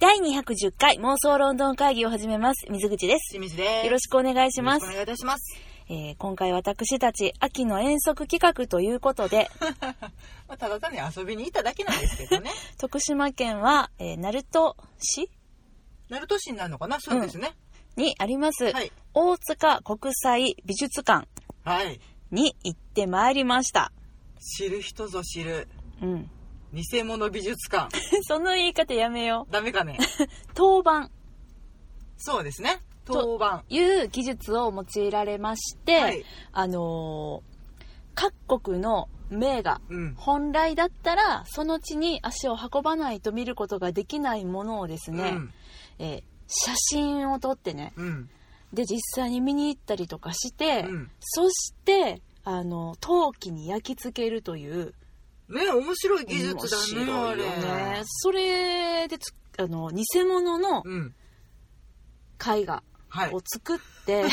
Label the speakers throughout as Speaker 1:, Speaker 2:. Speaker 1: 第210回妄想ロンドン会議を始めます。水口です。
Speaker 2: 清水です。
Speaker 1: よろしくお願いします
Speaker 2: よろ。くお願いいたします。
Speaker 1: えー今回私たち秋の遠足企画ということで、
Speaker 2: まあ、ただ単に遊びに行っただけなんですけ どね。
Speaker 1: 徳島県は、えー鳴門市
Speaker 2: 鳴門市になるのかなそうですね。
Speaker 1: にあります、
Speaker 2: はい。
Speaker 1: 大塚国際美術館
Speaker 2: はい。
Speaker 1: に行ってまいりました。
Speaker 2: 知る人ぞ知る、
Speaker 1: うん。
Speaker 2: 偽物美術館。
Speaker 1: その言い方やめよ
Speaker 2: ダメかね
Speaker 1: う。当番
Speaker 2: そうですね。当番。
Speaker 1: いう技術を用いられまして、
Speaker 2: はい。
Speaker 1: あのー各国の名画、
Speaker 2: うん。
Speaker 1: 本来だったらその地に足を運ばないと見ることができないものをですね、えー写真を撮ってね
Speaker 2: うん。うん。
Speaker 1: で実際に見に行ったりとかして、
Speaker 2: うん
Speaker 1: そしてあの陶器に焼き付けるという
Speaker 2: ね面白い技術だね、あ
Speaker 1: 面白い
Speaker 2: れ。
Speaker 1: よねそれでつあの偽物の
Speaker 2: うん。
Speaker 1: 絵画
Speaker 2: はい
Speaker 1: を。作って、 なん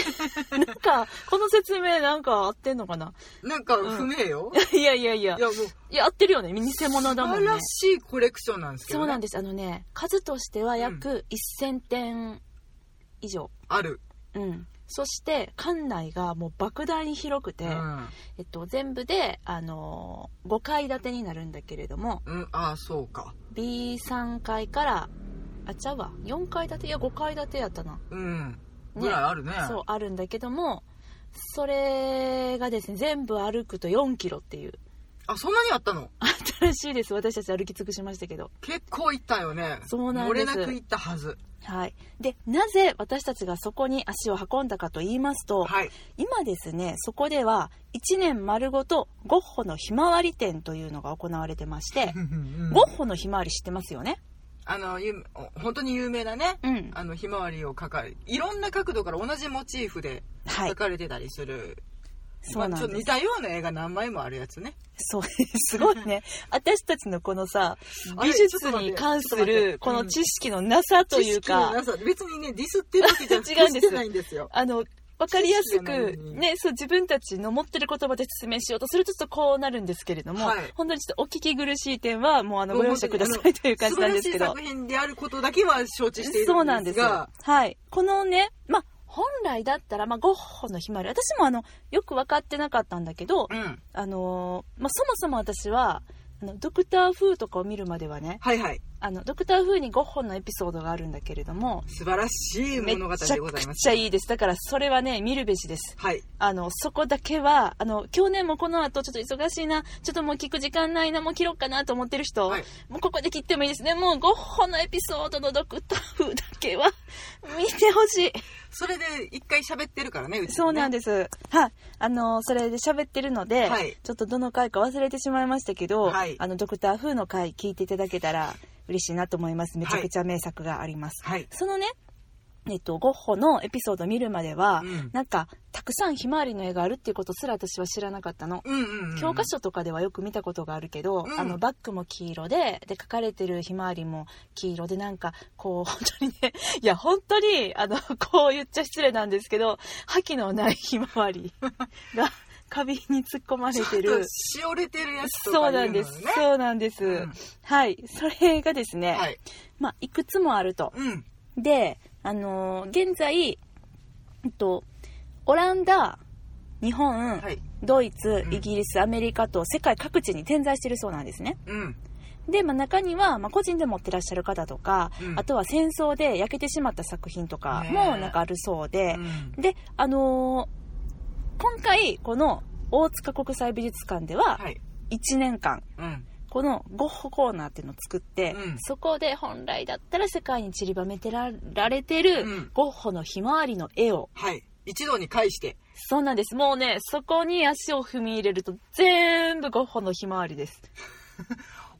Speaker 1: かこの説明なんか合ってんのかな
Speaker 2: なんか不明よ。
Speaker 1: いやいやいや
Speaker 2: いや、もう、
Speaker 1: いや合ってるよね偽物だもん
Speaker 2: 素
Speaker 1: ね
Speaker 2: 晴らしいコレクションなんですけど、
Speaker 1: そうなん
Speaker 2: で
Speaker 1: ですあのね数としては約1000点以上、
Speaker 2: す。ある。
Speaker 1: うん、そして館内がもう莫大に広くて、
Speaker 2: うん。
Speaker 1: えっと、全部で、あのー5階建てになるんだけれども
Speaker 2: うん、ああ、そうか。
Speaker 1: B3 階からあちゃうわ4階建ていや5階建てやったな、
Speaker 2: うん。
Speaker 1: ね
Speaker 2: ぐらいあるね。
Speaker 1: そうあるんだけどもそれがですね全部歩くと4キロっていう
Speaker 2: あ、そんなにあったの
Speaker 1: 新しいです私たち歩き尽くしましたけど
Speaker 2: 結構行ったよね
Speaker 1: そうなんです
Speaker 2: 漏れなく行ったはず
Speaker 1: はいでなぜ私たちがそこに足を運んだかと言いますと、
Speaker 2: はい
Speaker 1: 今ですねそこでは1年丸ごとゴッホのひまわり展というのが行われてましてゴッホのひまわり知ってますよね
Speaker 2: あの有本当に有名なね
Speaker 1: うん
Speaker 2: あのひまわりを描かれいろんな角度から同じモチーフで
Speaker 1: はい
Speaker 2: 描かれてたりする、
Speaker 1: そう
Speaker 2: まあ
Speaker 1: な
Speaker 2: ちょ
Speaker 1: ん
Speaker 2: っと
Speaker 1: で
Speaker 2: 似
Speaker 1: す
Speaker 2: たような映画何枚もあるやつね
Speaker 1: そうすごい ね私たちのこのさ
Speaker 2: あ
Speaker 1: 美
Speaker 2: れ
Speaker 1: 術に関するこの知識のなさという
Speaker 2: 知
Speaker 1: か
Speaker 2: 識のなさ別にねディスってるわけじゃ
Speaker 1: 違うんです
Speaker 2: ディスってないんですよ
Speaker 1: あのわかりやす
Speaker 2: 知識がない
Speaker 1: く
Speaker 2: のに
Speaker 1: ねそう自分たちの持ってる言葉で説明しようとするとちょっとこうなるんですけれども、
Speaker 2: はい
Speaker 1: 本当にちょっとお聞き苦しい点はもうあのご容赦くださ
Speaker 2: も
Speaker 1: いという感じなんですけど
Speaker 2: 素晴らしい作品であることだけは承知しているんですが
Speaker 1: そうなんですよ。はい。このね、まあ、本来だったら、まあ、ゴッホのひまわり、私もあの、よく分かってなかったんだけど、
Speaker 2: うん
Speaker 1: あのーまあ、そもそも私は、あの、ドクター・フーとかを見るまではね、
Speaker 2: はいはい
Speaker 1: あの、ドクター・フーにゴッホのエピソードがあるんだけれども、
Speaker 2: 素晴らしい
Speaker 1: めっ
Speaker 2: 物語
Speaker 1: ちゃ
Speaker 2: でござい
Speaker 1: く
Speaker 2: ます
Speaker 1: ちゃいいです。だから、それはね、見るべしです。
Speaker 2: はい
Speaker 1: あの、そこだけは、あの、去年もこの後ちょっと忙しいな、ちょっともう聞く時間ないな、もう切ろうかなと思ってる人、
Speaker 2: はい
Speaker 1: もうここで切ってもいいですね。もうゴッホのエピソードのドクター風だけは 見てほしい。
Speaker 2: それで一回喋ってるからねうち、ね、
Speaker 1: そうなん
Speaker 2: で
Speaker 1: です。はい。あの、それで喋ってるので、
Speaker 2: はい
Speaker 1: ちょっとどの回か忘れてしまいましたけど、
Speaker 2: はい
Speaker 1: あの、ドクター風の回聞いていただけたら嬉しいなと思います。めちゃくちゃ名作があります。
Speaker 2: はい
Speaker 1: そのね、えっと、ゴッホのエピソード見るまでは、
Speaker 2: うん
Speaker 1: なんか、たくさんひまわりの絵があるっていうことすら私は知らなかったの。
Speaker 2: うんうんうん、
Speaker 1: 教科書とかではよく見たことがあるけど、
Speaker 2: うん
Speaker 1: あのバッグも黄色でで書かれてるひまわりも黄色でなんかこう 本当にねいや本当にあのこう言っちゃ失礼なんですけど覇気のないひまわり が花瓶に突っ込まれて
Speaker 2: ちょっと
Speaker 1: る。
Speaker 2: しおれてるやつとか
Speaker 1: そ
Speaker 2: いうの
Speaker 1: な
Speaker 2: よ
Speaker 1: ん
Speaker 2: ね
Speaker 1: です、そうなんです、
Speaker 2: うん
Speaker 1: はいそれがですね、
Speaker 2: はい
Speaker 1: まあいくつもあると
Speaker 2: うん
Speaker 1: であのー現在、えっと、オランダ日本、
Speaker 2: はい
Speaker 1: ドイツ
Speaker 2: うん
Speaker 1: イギリスアメリカと世界各地に点在しているそうなんですね
Speaker 2: うん
Speaker 1: で、まあ、中には、まあ、個人で持ってらっしゃる方とか、
Speaker 2: うん
Speaker 1: あとは戦争で焼けてしまった作品とかも
Speaker 2: ねえ
Speaker 1: なんかあるそうで
Speaker 2: う、ん
Speaker 1: であのー今回この大塚国際美術館では
Speaker 2: はい
Speaker 1: 1年間
Speaker 2: うん
Speaker 1: このゴッホコーナーっていうのを作って、
Speaker 2: うん
Speaker 1: そこで本来だったら世界に散りばめてらられてる
Speaker 2: うん
Speaker 1: ゴッホのひまわりの絵を
Speaker 2: はい一度に返して
Speaker 1: そうなんです。もうね、そこに足を踏み入れると、全部ゴッホのひまわりです。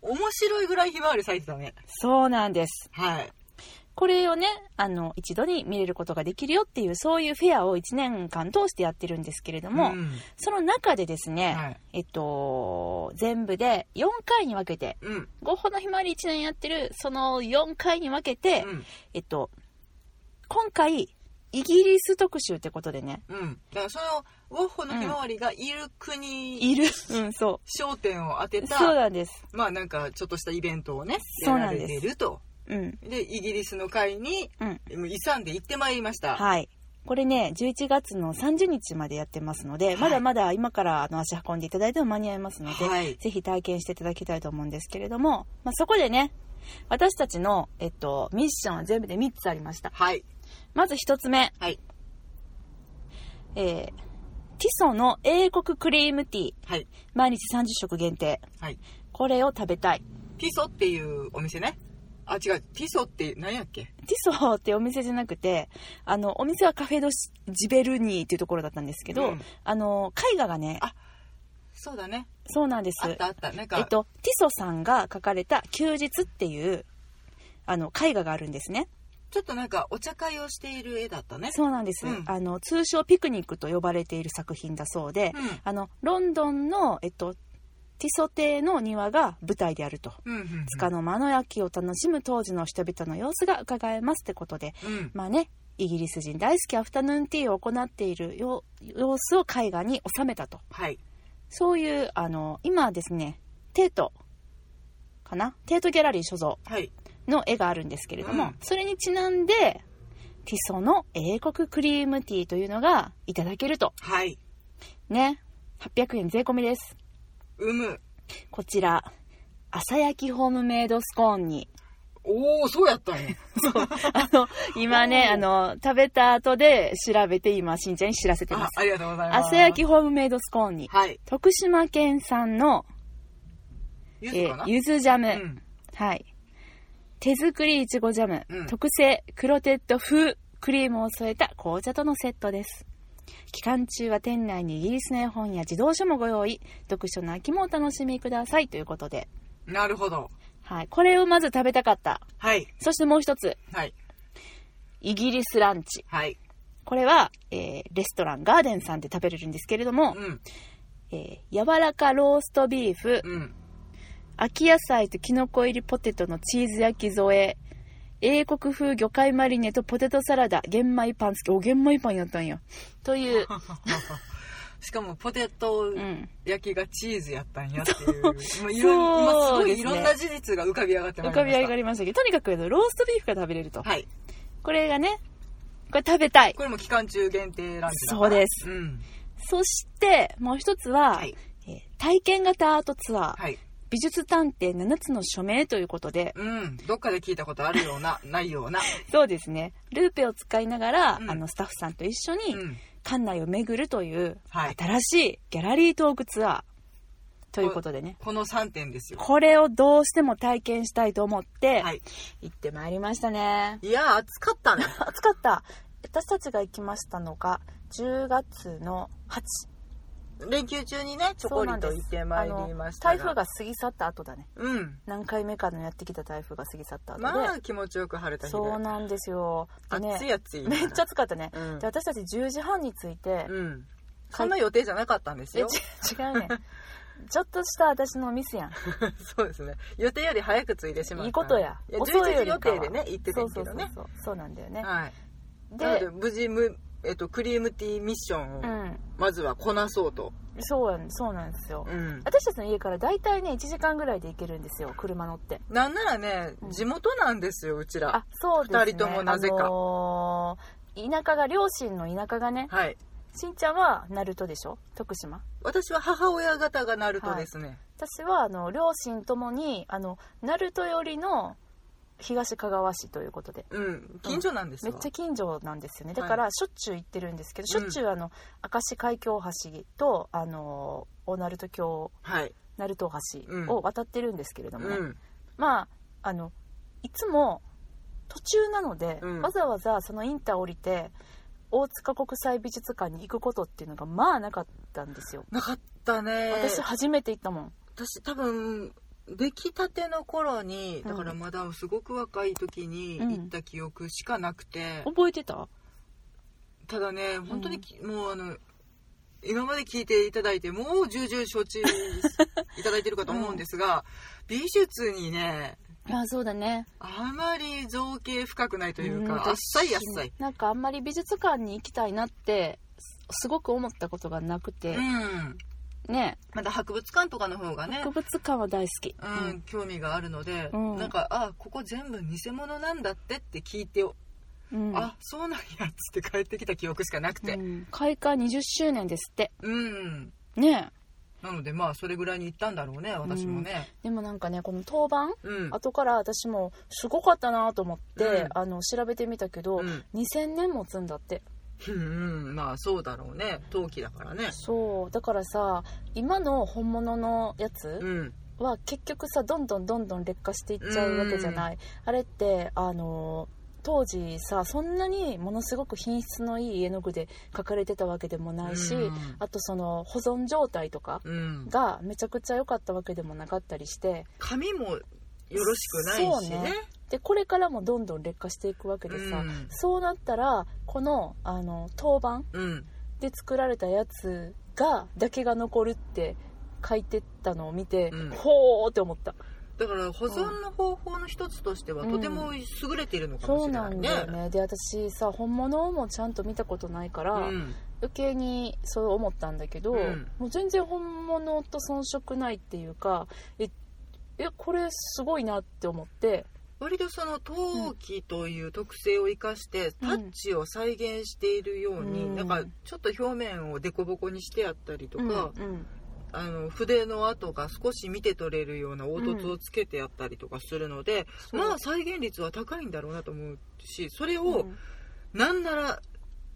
Speaker 2: 面白いぐらいひまわり咲いてたね
Speaker 1: そうなんです。
Speaker 2: はい
Speaker 1: これをね、あの、一度に見れることができるよっていう、そういうフェアを1年間通してやってるんですけれども、
Speaker 2: うん
Speaker 1: その中でですね、
Speaker 2: はい
Speaker 1: えっと、全部で4回に分けて、
Speaker 2: うん
Speaker 1: ゴッホのひまわり1年やってる、その4回に分けて、
Speaker 2: うん
Speaker 1: えっと、今回、イギリス特集ってことでね、
Speaker 2: うんだからそのウォッホのひまわりがいる国に
Speaker 1: いる。うん、そ
Speaker 2: 焦点を当て
Speaker 1: う。
Speaker 2: た、
Speaker 1: そうなんです。
Speaker 2: まあなんかちょっとしたイベントをね
Speaker 1: そ
Speaker 2: や
Speaker 1: うな
Speaker 2: ら
Speaker 1: ん
Speaker 2: れ
Speaker 1: です
Speaker 2: てると
Speaker 1: うん。
Speaker 2: でイギリスの会に
Speaker 1: うん。
Speaker 2: もう勇んで行ってまいりました、
Speaker 1: はい。これね、11月の30日までやってますので、
Speaker 2: い
Speaker 1: まだまだ今からあの足運んでいただいても間に合いますので、
Speaker 2: はい
Speaker 1: ぜひ体験していただきたいと思うんですけれども、まあ、そこでね、私たちの、えっと、ミッションは全部で3つありました。
Speaker 2: はい
Speaker 1: まず1つ目、
Speaker 2: はい
Speaker 1: えー、ティソの英国クリームティー、
Speaker 2: はい
Speaker 1: 毎日30食限定。
Speaker 2: はい
Speaker 1: これを食べたい。
Speaker 2: ティソっていうお店ねあ違うティソって何やっけ
Speaker 1: ティソーってお店じゃなくてあのお店はカフェドシジベルニーっていうところだったんですけど、
Speaker 2: うん
Speaker 1: あの絵画がね
Speaker 2: あそうだね
Speaker 1: そうなんです
Speaker 2: あったあったなんか、
Speaker 1: えっと、ティソさんが描かれた「休日」っていうあの絵画があるんですね
Speaker 2: ちょっとなんかお茶会をしている絵だったね
Speaker 1: そうなんです、
Speaker 2: うん
Speaker 1: あの通称ピクニックと呼ばれている作品だそうで、
Speaker 2: うん
Speaker 1: あのロンドンの、えっと、ティソ邸の庭が舞台であると。
Speaker 2: うんうんうん
Speaker 1: つかの間の秋を楽しむ当時の人々の様子が伺えますってことで
Speaker 2: うん
Speaker 1: まあね、イギリス人大好きアフタヌーンティーを行っているよ様子を絵画に収めたと。
Speaker 2: はい
Speaker 1: そういう、あの、今ですね、テート、かなテートギャラリー所蔵
Speaker 2: はい
Speaker 1: の絵があるんですけれども、
Speaker 2: うん
Speaker 1: それにちなんで、ティソの英国クリームティーというのがいただけると。
Speaker 2: はい
Speaker 1: ね。800円税込みです。
Speaker 2: うむ
Speaker 1: こちら、朝焼きホームメイドスコーンに。
Speaker 2: おおそうやったんや
Speaker 1: あの、今ね、
Speaker 2: おー
Speaker 1: あの、食べた後で調べて今、しんちゃんに知らせてま
Speaker 2: あ
Speaker 1: す。
Speaker 2: ありがとうございます
Speaker 1: 朝焼きホームメイドスコーンに。
Speaker 2: はい
Speaker 1: 徳島県産の、
Speaker 2: ゆ
Speaker 1: え
Speaker 2: ずかな、
Speaker 1: ーゆずジャム、
Speaker 2: うん
Speaker 1: はい手作りいちごジャム、
Speaker 2: うん
Speaker 1: 特製クロテッド風クリームを添えた紅茶とのセットです期間中は店内にイギリスの絵本や児童書もご用意読書の秋もお楽しみくださいということで、
Speaker 2: なるほど
Speaker 1: はい、これをまず食べたかった
Speaker 2: はい
Speaker 1: そしてもう一つ
Speaker 2: はい
Speaker 1: イギリスランチ
Speaker 2: はい
Speaker 1: これは、えーレストランガーデンさんで食べれるんですけれども、
Speaker 2: うん
Speaker 1: えー柔らかローストビーフ、
Speaker 2: うん
Speaker 1: 秋野菜とキノコ入りポテトのチーズ焼き添え英国風魚介マリネとポテトサラダ玄米パン付きお玄米パンやったんやと いう、
Speaker 2: しかもポテ
Speaker 1: う
Speaker 2: ト
Speaker 1: ん、
Speaker 2: 焼きがチーズやったんやっていう、もういろん今す
Speaker 1: そ
Speaker 2: ご
Speaker 1: うで
Speaker 2: い
Speaker 1: すね
Speaker 2: いろんな事実が浮かび上がって
Speaker 1: 浮
Speaker 2: まいりました
Speaker 1: かび上がりましたけどとにかくあのローストビーフが食べれると、
Speaker 2: はい
Speaker 1: これがねこれ食べたい
Speaker 2: これも期間中限定ランチだ
Speaker 1: そうです
Speaker 2: うん
Speaker 1: そしてもう一つは、
Speaker 2: はい
Speaker 1: えー体験型アートツアー、
Speaker 2: はい
Speaker 1: 美術探偵7つの署名ということで、
Speaker 2: うんどっかで聞いたことあるような ないような
Speaker 1: そうですねルーペを使いながら、
Speaker 2: うん
Speaker 1: あのスタッフさんと一緒に、
Speaker 2: うん
Speaker 1: 館内を巡るという
Speaker 2: はい
Speaker 1: 新しいギャラリートークツアーということでね
Speaker 2: この3点ですよ
Speaker 1: これをどうしても体験したいと思って
Speaker 2: はい
Speaker 1: 行ってまいりましたね、
Speaker 2: いやー暑かったね
Speaker 1: 暑かった私たちが行きましたのが10月の8
Speaker 2: 連休中にねちょこりと行ってまいりました
Speaker 1: あの台風が過ぎ去った後だね
Speaker 2: うん
Speaker 1: 何回目かのやってきた台風が過ぎ去った後で、
Speaker 2: まあ気持ちよく晴れた日で
Speaker 1: そうなんですよでね
Speaker 2: 暑い暑い
Speaker 1: めっちゃ暑かったね、
Speaker 2: うん
Speaker 1: で私たち10時半に着いて、
Speaker 2: うんそんな予定じゃなかったんです
Speaker 1: え違
Speaker 2: よ
Speaker 1: う 違うねちょっとした私のミスやん
Speaker 2: そうですね予定より早く着いてしまった
Speaker 1: いいことや
Speaker 2: いや
Speaker 1: 遅い
Speaker 2: 11
Speaker 1: よ
Speaker 2: 時
Speaker 1: り
Speaker 2: 予
Speaker 1: かは
Speaker 2: 定でね行ってたんですけどね
Speaker 1: そうそうそうそうそうなんだよね、
Speaker 2: はいなので
Speaker 1: で
Speaker 2: 無事む、えっと、クリームティーミッション
Speaker 1: う
Speaker 2: を
Speaker 1: ん
Speaker 2: まずはこなそうと、
Speaker 1: そうやんそうなんですよ、
Speaker 2: うん
Speaker 1: 私たちの家から大体ね1時間ぐらいで行けるんですよ車乗って
Speaker 2: なんならね
Speaker 1: うん
Speaker 2: 地元なんですようちら
Speaker 1: あそうですね
Speaker 2: 二人ともなぜか
Speaker 1: あのー田舎が両親の田舎がね
Speaker 2: はい
Speaker 1: しんちゃんは鳴門でしょ徳島
Speaker 2: 私は母親方がナルトですね、
Speaker 1: 私はあの両親ともにあの鳴門寄りの東香川市ということで
Speaker 2: うん近所なんです
Speaker 1: め
Speaker 2: よ
Speaker 1: っちゃ近所なんですよねだからしょっちゅう行ってるんですけど、しょっちゅうあの明石海峡橋とあの大鳴門橋
Speaker 2: はい、
Speaker 1: 鳴門橋を渡ってるんですけれどもね、
Speaker 2: うん、
Speaker 1: まああのいつも途中なので、
Speaker 2: うん
Speaker 1: わざわざそのインター降りて大塚国際美術館に行くことっていうのがまあなかったんですよ、
Speaker 2: なかったね
Speaker 1: 私初めて行ったもん
Speaker 2: 私多分出来たての頃に
Speaker 1: うん
Speaker 2: だからまだすごく若い時に
Speaker 1: うん
Speaker 2: 行った記憶しかなくて、
Speaker 1: 覚えてた
Speaker 2: ただね本当にき、もうあの今まで聞いていただいてもう重々承知いただいてるかと思うんです が、美術にね
Speaker 1: あそうだね
Speaker 2: あまり造形深くないという
Speaker 1: うん
Speaker 2: かあっさいあっさい
Speaker 1: なんかあんまり美術館に行きたいなってすすごく思ったことがなくて、
Speaker 2: うん
Speaker 1: ね
Speaker 2: まだ博物館とかの方がね
Speaker 1: 博、物館は大好き、
Speaker 2: うん興味があるので、
Speaker 1: うん
Speaker 2: なんかあここ全部偽物なんだってって聞いて、
Speaker 1: うんうん
Speaker 2: あそうなんやっつって帰ってきた記憶しかなく
Speaker 1: う
Speaker 2: て
Speaker 1: ん開館20周年ですって
Speaker 2: うん、
Speaker 1: ね
Speaker 2: なのでまあそれぐらいに行ったんだろうね私もね
Speaker 1: でもなんかねこの当番
Speaker 2: うん、
Speaker 1: 後から私もすごかったなと思って、
Speaker 2: うん
Speaker 1: あの調べてみたけど、
Speaker 2: うん
Speaker 1: 2000年もつんだって
Speaker 2: うんうんまあそうだろうね陶器だからね
Speaker 1: そうだからさ今の本物のや
Speaker 2: う
Speaker 1: つ
Speaker 2: ん
Speaker 1: は結局さどんどんどんどん劣化していっちゃうわけじゃない、あれってあの当時さそんなにものすごく品質のいい絵の具で描かれてたわけでもないし、
Speaker 2: うん
Speaker 1: あとその保存状態とか
Speaker 2: うん、
Speaker 1: がめちゃくちゃ良かったわけでもなかったりして
Speaker 2: 髪もよろしくないしね
Speaker 1: そうねでこれからもどんどん劣化していくわけでさ、
Speaker 2: うん
Speaker 1: そうなったらこのあの当番
Speaker 2: うん
Speaker 1: で作られたやつがだけが残るって書いてったのを見て、
Speaker 2: うん
Speaker 1: ほーって思った
Speaker 2: だから保存の方法の一つとしては、
Speaker 1: うん
Speaker 2: とても優れているのか
Speaker 1: そ
Speaker 2: もし
Speaker 1: う
Speaker 2: れ
Speaker 1: な
Speaker 2: ない
Speaker 1: ん
Speaker 2: ね
Speaker 1: だよねで私さ本物もちゃんと見たことないから、
Speaker 2: うん
Speaker 1: 余計にそう思ったんだけど、
Speaker 2: うん
Speaker 1: もう全然本物と遜色ないっていうかええこれすごいなって思って
Speaker 2: 割とその陶器という特性を生かしてタッチを再現しているように、
Speaker 1: うん
Speaker 2: なんかちょっと表面を凸凹にしてあったりとか、
Speaker 1: うんうん
Speaker 2: あの筆の跡が少し見て取れるような凹凸をつけてあったりとかするので、
Speaker 1: そう
Speaker 2: まあ再現率は高いんだろうなと思うしそれ
Speaker 1: う
Speaker 2: を
Speaker 1: ん
Speaker 2: なんなら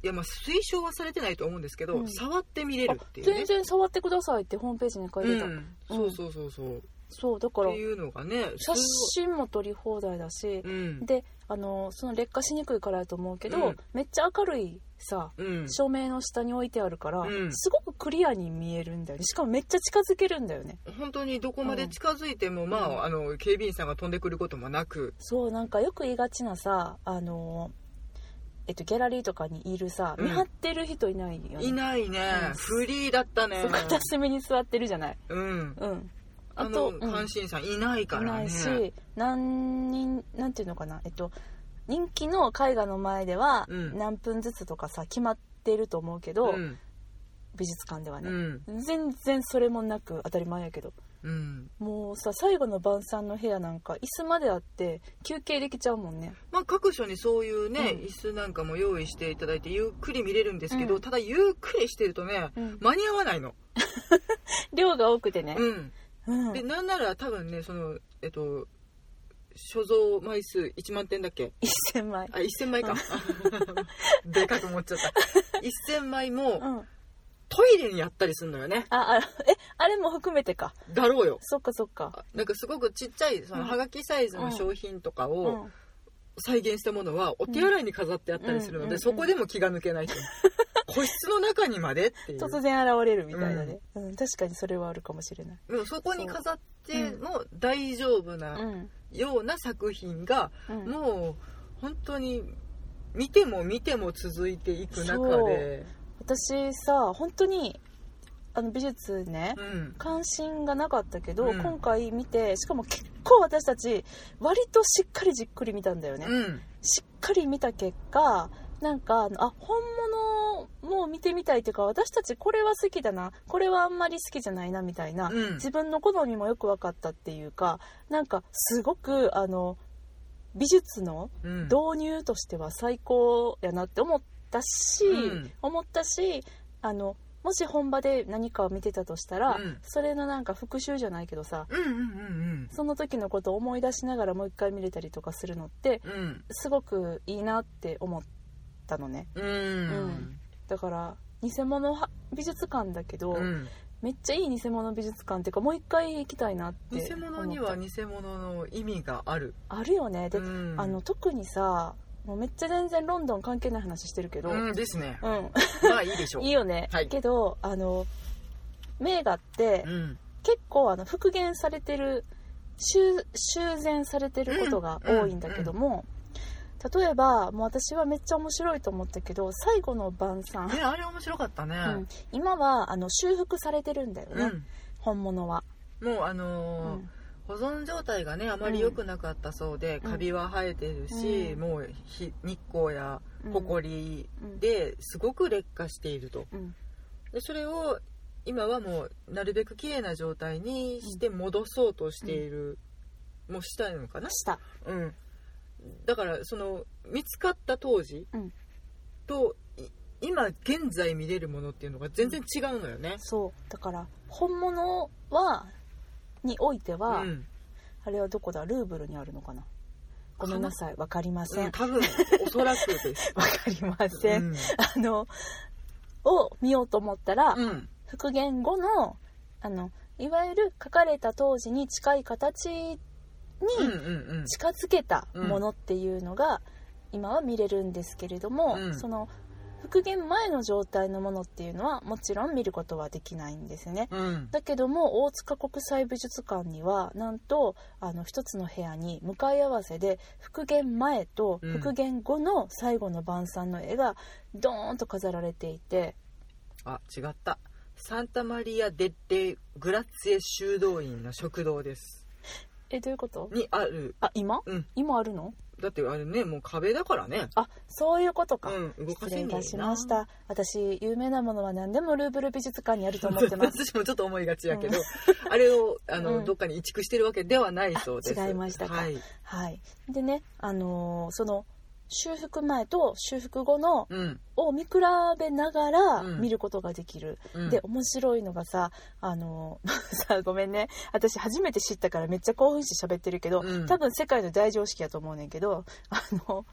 Speaker 2: いやまあ推奨はされてないと思うんですけど、
Speaker 1: うん
Speaker 2: 触って見れるっていうね
Speaker 1: 全。然触ってくださいってホームページに書いてた、
Speaker 2: うん、そうそうそうそう、
Speaker 1: そうだから
Speaker 2: っていうのがね
Speaker 1: 写真も撮り放題だし
Speaker 2: すごいうん
Speaker 1: であのその劣化しにくいからやと思うけど、
Speaker 2: うん
Speaker 1: めっちゃ明るいさ
Speaker 2: うん
Speaker 1: 照明の下に置いてあるから、
Speaker 2: うん
Speaker 1: すごくクリアに見えるんだよねしかもめっちゃ近づけるんだよね
Speaker 2: 本当にどこまで近づいても、まああの警備員さんが飛んでくることもなく
Speaker 1: そうなんかよく言いがちなさあのえっとギャラリーとかにいるさ
Speaker 2: うん
Speaker 1: 見張ってる人いないよね、
Speaker 2: いないね、
Speaker 1: うん
Speaker 2: フリーだったね
Speaker 1: そこ片隅に座ってるじゃない
Speaker 2: うん
Speaker 1: うん
Speaker 2: あ
Speaker 1: あとう
Speaker 2: の
Speaker 1: ん
Speaker 2: 監視員さんいないか
Speaker 1: い
Speaker 2: ら
Speaker 1: な
Speaker 2: ね
Speaker 1: いし何人なんていうのかなえっと人気の絵画の前では
Speaker 2: うん
Speaker 1: 何分ずつとかさ決まってると思うけど、
Speaker 2: うん
Speaker 1: 美術館では
Speaker 2: う
Speaker 1: ね、
Speaker 2: ん
Speaker 1: 全然それもなく当たり前やけど
Speaker 2: うん
Speaker 1: もうさ最後の晩餐の部屋なんか椅子まであって休憩できちゃうもんね
Speaker 2: まあ、各所にそういうね、
Speaker 1: うん
Speaker 2: 椅子なんかも用意していただいてゆっくり見れるんですけど、
Speaker 1: うん
Speaker 2: ただゆっくりしてるとね
Speaker 1: うん
Speaker 2: 間に合わないの、
Speaker 1: 量が多くてね
Speaker 2: う
Speaker 1: う
Speaker 2: ん、
Speaker 1: ん
Speaker 2: でなんなら多分ねそのえっと所蔵枚数1万点だっけ
Speaker 1: 1000枚
Speaker 2: あ1000枚かでかく思っちゃった1000枚も
Speaker 1: うんあ
Speaker 2: トイレにやったりするのよね
Speaker 1: あえあれも含めてか
Speaker 2: だろうよ
Speaker 1: そっかそっか
Speaker 2: なんかすごくちっちゃいその
Speaker 1: うん
Speaker 2: はがきサイズの商品とか
Speaker 1: う
Speaker 2: を
Speaker 1: ん
Speaker 2: 再現したものはお手洗いに飾ってあったりするの
Speaker 1: うんう
Speaker 2: で
Speaker 1: ん
Speaker 2: そこでも気が抜 けないという個室の中にまでっていう
Speaker 1: 突然現れるみたいなね、うん確かにそれはあるかもしれない、
Speaker 2: でもそこに飾っても大丈夫
Speaker 1: う
Speaker 2: なんような作品が
Speaker 1: うん、
Speaker 2: もう本当に見ても見ても続いていく中で
Speaker 1: 私さ本当にあの美術ね、
Speaker 2: うん
Speaker 1: 関心がなかったけど、
Speaker 2: うん
Speaker 1: 今回見てしかも結構私たち割としっかりじっくり見たんだよね、
Speaker 2: うん
Speaker 1: しっかり見た結果なんかあのあ本物も見てみたいというか私たちこれは好きだなこれはあんまり好きじゃないなみたいな、
Speaker 2: うん
Speaker 1: 自分の好みもよく分かったっていうかなんかすごくあの美術の
Speaker 2: うん
Speaker 1: 導入としては最高やなって思ったし、
Speaker 2: うん
Speaker 1: 思ったしあのもし本場で何かを見てたとしたら、
Speaker 2: うん
Speaker 1: それのなんか復習じゃないけどさ
Speaker 2: うんうんうん
Speaker 1: その時のことを思い出しながらもう一回見れたりとかするのって
Speaker 2: うん
Speaker 1: すごくいいなって思ったのね
Speaker 2: うん
Speaker 1: だから偽物は美術館だけど、
Speaker 2: うん
Speaker 1: めっちゃいい偽物美術館っていうかもう一回行きたいなって思った
Speaker 2: 偽物には偽物の意味がある
Speaker 1: あるよねで、
Speaker 2: うん
Speaker 1: あの特にさもうめっちゃ全然ロンドン関係ない話してるけど、
Speaker 2: うんですね
Speaker 1: うん
Speaker 2: まあいいでしょう
Speaker 1: いいよね、
Speaker 2: はい
Speaker 1: けどあの名画って
Speaker 2: うん
Speaker 1: 結構あの復元されてる修修繕されてることが多いんだけども、例えばもう私はめっちゃ面白いと思ったけど最後の晩餐、
Speaker 2: ねあれ面白かったね
Speaker 1: うん今はあの修復されてるんだよね、
Speaker 2: うん
Speaker 1: 本物は、
Speaker 2: もうあ
Speaker 1: う
Speaker 2: のー
Speaker 1: ん
Speaker 2: 保存状態がねあまり良くなかったそうで、
Speaker 1: うん
Speaker 2: カビは生えてるし、
Speaker 1: うん
Speaker 2: もう日日光や
Speaker 1: うん
Speaker 2: ホコリ
Speaker 1: うん
Speaker 2: ですごく劣化していると
Speaker 1: うん
Speaker 2: でそれを今はもうなるべく綺麗な状態にして戻そうとしている、もうしたいのかな、
Speaker 1: した
Speaker 2: うん、だからその見つかった当時
Speaker 1: うん
Speaker 2: と、い今現在見れるものっていうのが全然違うのよね。
Speaker 1: そうだから本物はにおいて
Speaker 2: う
Speaker 1: は、
Speaker 2: ん、
Speaker 1: あれはどこだルーブルにあるのかなごめんなさいわかりません
Speaker 2: う
Speaker 1: わ、
Speaker 2: ん多分おそらくです。
Speaker 1: かりません、
Speaker 2: うん
Speaker 1: あのを見ようと思ったら、
Speaker 2: うん
Speaker 1: 復元後のあのいわゆる書かれた当時に近い形に
Speaker 2: うんうん
Speaker 1: 近づけたものっていうのが今は見れるんですけれども、
Speaker 2: うん
Speaker 1: その復元前の状態のものっていうのはもちろん見ることはできないんですね。
Speaker 2: うんうん
Speaker 1: だけども大塚国際美術館にはなんとあの一つの部屋に向かい合わせで復元前と
Speaker 2: うん
Speaker 1: 復元後の最後の晩餐の絵がドーンと飾られていて、
Speaker 2: あ違ったサンタマリア・デッレ・グラッツェ修道院の食堂です
Speaker 1: えどういうこと
Speaker 2: にある
Speaker 1: あ今、
Speaker 2: うん
Speaker 1: 今あるの
Speaker 2: だってあれねもう壁だからね
Speaker 1: あそういうことか、
Speaker 2: うん動か
Speaker 1: 失
Speaker 2: せ
Speaker 1: 礼い
Speaker 2: んの
Speaker 1: た
Speaker 2: に
Speaker 1: し
Speaker 2: な
Speaker 1: ました私有名なものは何でもルーブル美術館にあると思ってます
Speaker 2: 私もちょっと思いがちやけど、あれをあの、
Speaker 1: うん
Speaker 2: どっかに移築してるわけではないそうです
Speaker 1: あ違いましたか
Speaker 2: はい、
Speaker 1: はいでねあのーその修復前と修復後の
Speaker 2: うん
Speaker 1: を見比べながら
Speaker 2: うん
Speaker 1: 見ることができる、
Speaker 2: うん、
Speaker 1: で面白いのがさあの ーさごめんね私初めて知ったからめっちゃ興奮して喋ってるけど、
Speaker 2: うん
Speaker 1: 多分世界の大常識やと思うねんけどあの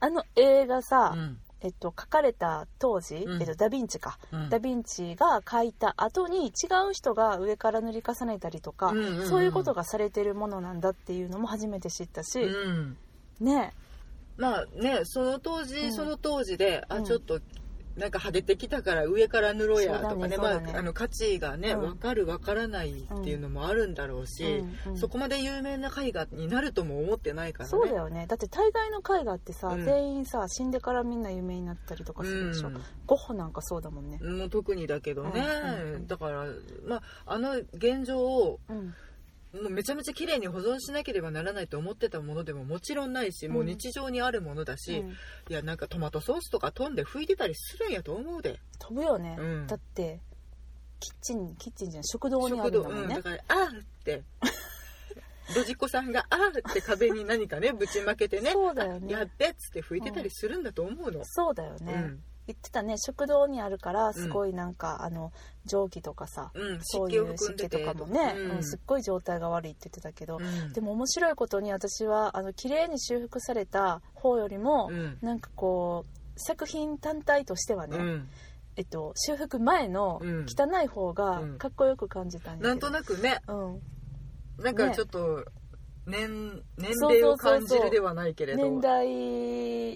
Speaker 1: あの映画さ、
Speaker 2: うん
Speaker 1: えっと、書かれた当時、
Speaker 2: うん
Speaker 1: えっと、ダ・ヴィンチか、
Speaker 2: うん
Speaker 1: ダ・ヴィンチが描いた後に違う人が上から塗り重ねたりとか、
Speaker 2: うんうんうん
Speaker 1: そういうことがされてるものなんだっていうのも初めて知ったし、
Speaker 2: うん
Speaker 1: ね
Speaker 2: まあねその当時、
Speaker 1: うん
Speaker 2: その当時であ、
Speaker 1: うん
Speaker 2: ちょっとなんか派手てきたから上から塗ろうやとかね
Speaker 1: そう
Speaker 2: ま
Speaker 1: だねそ
Speaker 2: あ
Speaker 1: うだね
Speaker 2: あの価値がね、
Speaker 1: うん
Speaker 2: 分かる分からないっていうのもあるんだろうし、
Speaker 1: うんうん
Speaker 2: そこまで有名な絵画になるとも思ってないからね
Speaker 1: そうだよねだって大概の絵画ってさ、
Speaker 2: うん
Speaker 1: 全員さ死んでからみんな有名になったりとかするでしょ、ゴッホなんかそうだもんね、
Speaker 2: うん、もう特にだけどね、
Speaker 1: うんうん
Speaker 2: だから、まあ、あの現状を
Speaker 1: うん
Speaker 2: もうめちゃめちゃ綺麗に保存しなければならないと思ってたものでももちろんないし、もう日常にあるものだし、
Speaker 1: うん
Speaker 2: いやなんかトマトソースとか飛んで拭いてたりするんやと思うで
Speaker 1: 飛ぶよね、
Speaker 2: うん
Speaker 1: だってキッチンキッチンじゃない食堂にあ
Speaker 2: 食
Speaker 1: るん
Speaker 2: 堂、
Speaker 1: だも
Speaker 2: うんん、
Speaker 1: ね、
Speaker 2: だから「あー ってドジっ子さんが「あーって壁に何かねぶちまけてね
Speaker 1: そうだよね
Speaker 2: あやってっつって拭いてたりするんだと思うの、
Speaker 1: そうだよね、言ってたね食堂にあるからすごいなんか、あの蒸気とかさ、
Speaker 2: うん、うん、
Speaker 1: そ
Speaker 2: 湿
Speaker 1: うい
Speaker 2: 気を
Speaker 1: う
Speaker 2: 含
Speaker 1: 湿
Speaker 2: ん
Speaker 1: 気
Speaker 2: で
Speaker 1: と
Speaker 2: て
Speaker 1: かもね、
Speaker 2: うん
Speaker 1: うんすっごい状態が悪いって言ってたけど、
Speaker 2: うん
Speaker 1: でも面白いことに私はあの綺麗に修復された方よりも、
Speaker 2: うん
Speaker 1: なんかこう作品単体としてはね、
Speaker 2: うん
Speaker 1: えっと、修復前の
Speaker 2: うん
Speaker 1: 汚い方が
Speaker 2: うん
Speaker 1: かっこよく感じたんや
Speaker 2: な
Speaker 1: け
Speaker 2: ん
Speaker 1: ど、
Speaker 2: となくね
Speaker 1: うん
Speaker 2: なんか
Speaker 1: ね
Speaker 2: ちょっと年年
Speaker 1: そうそうそうそう
Speaker 2: 齢を感じるではないけれど
Speaker 1: 年代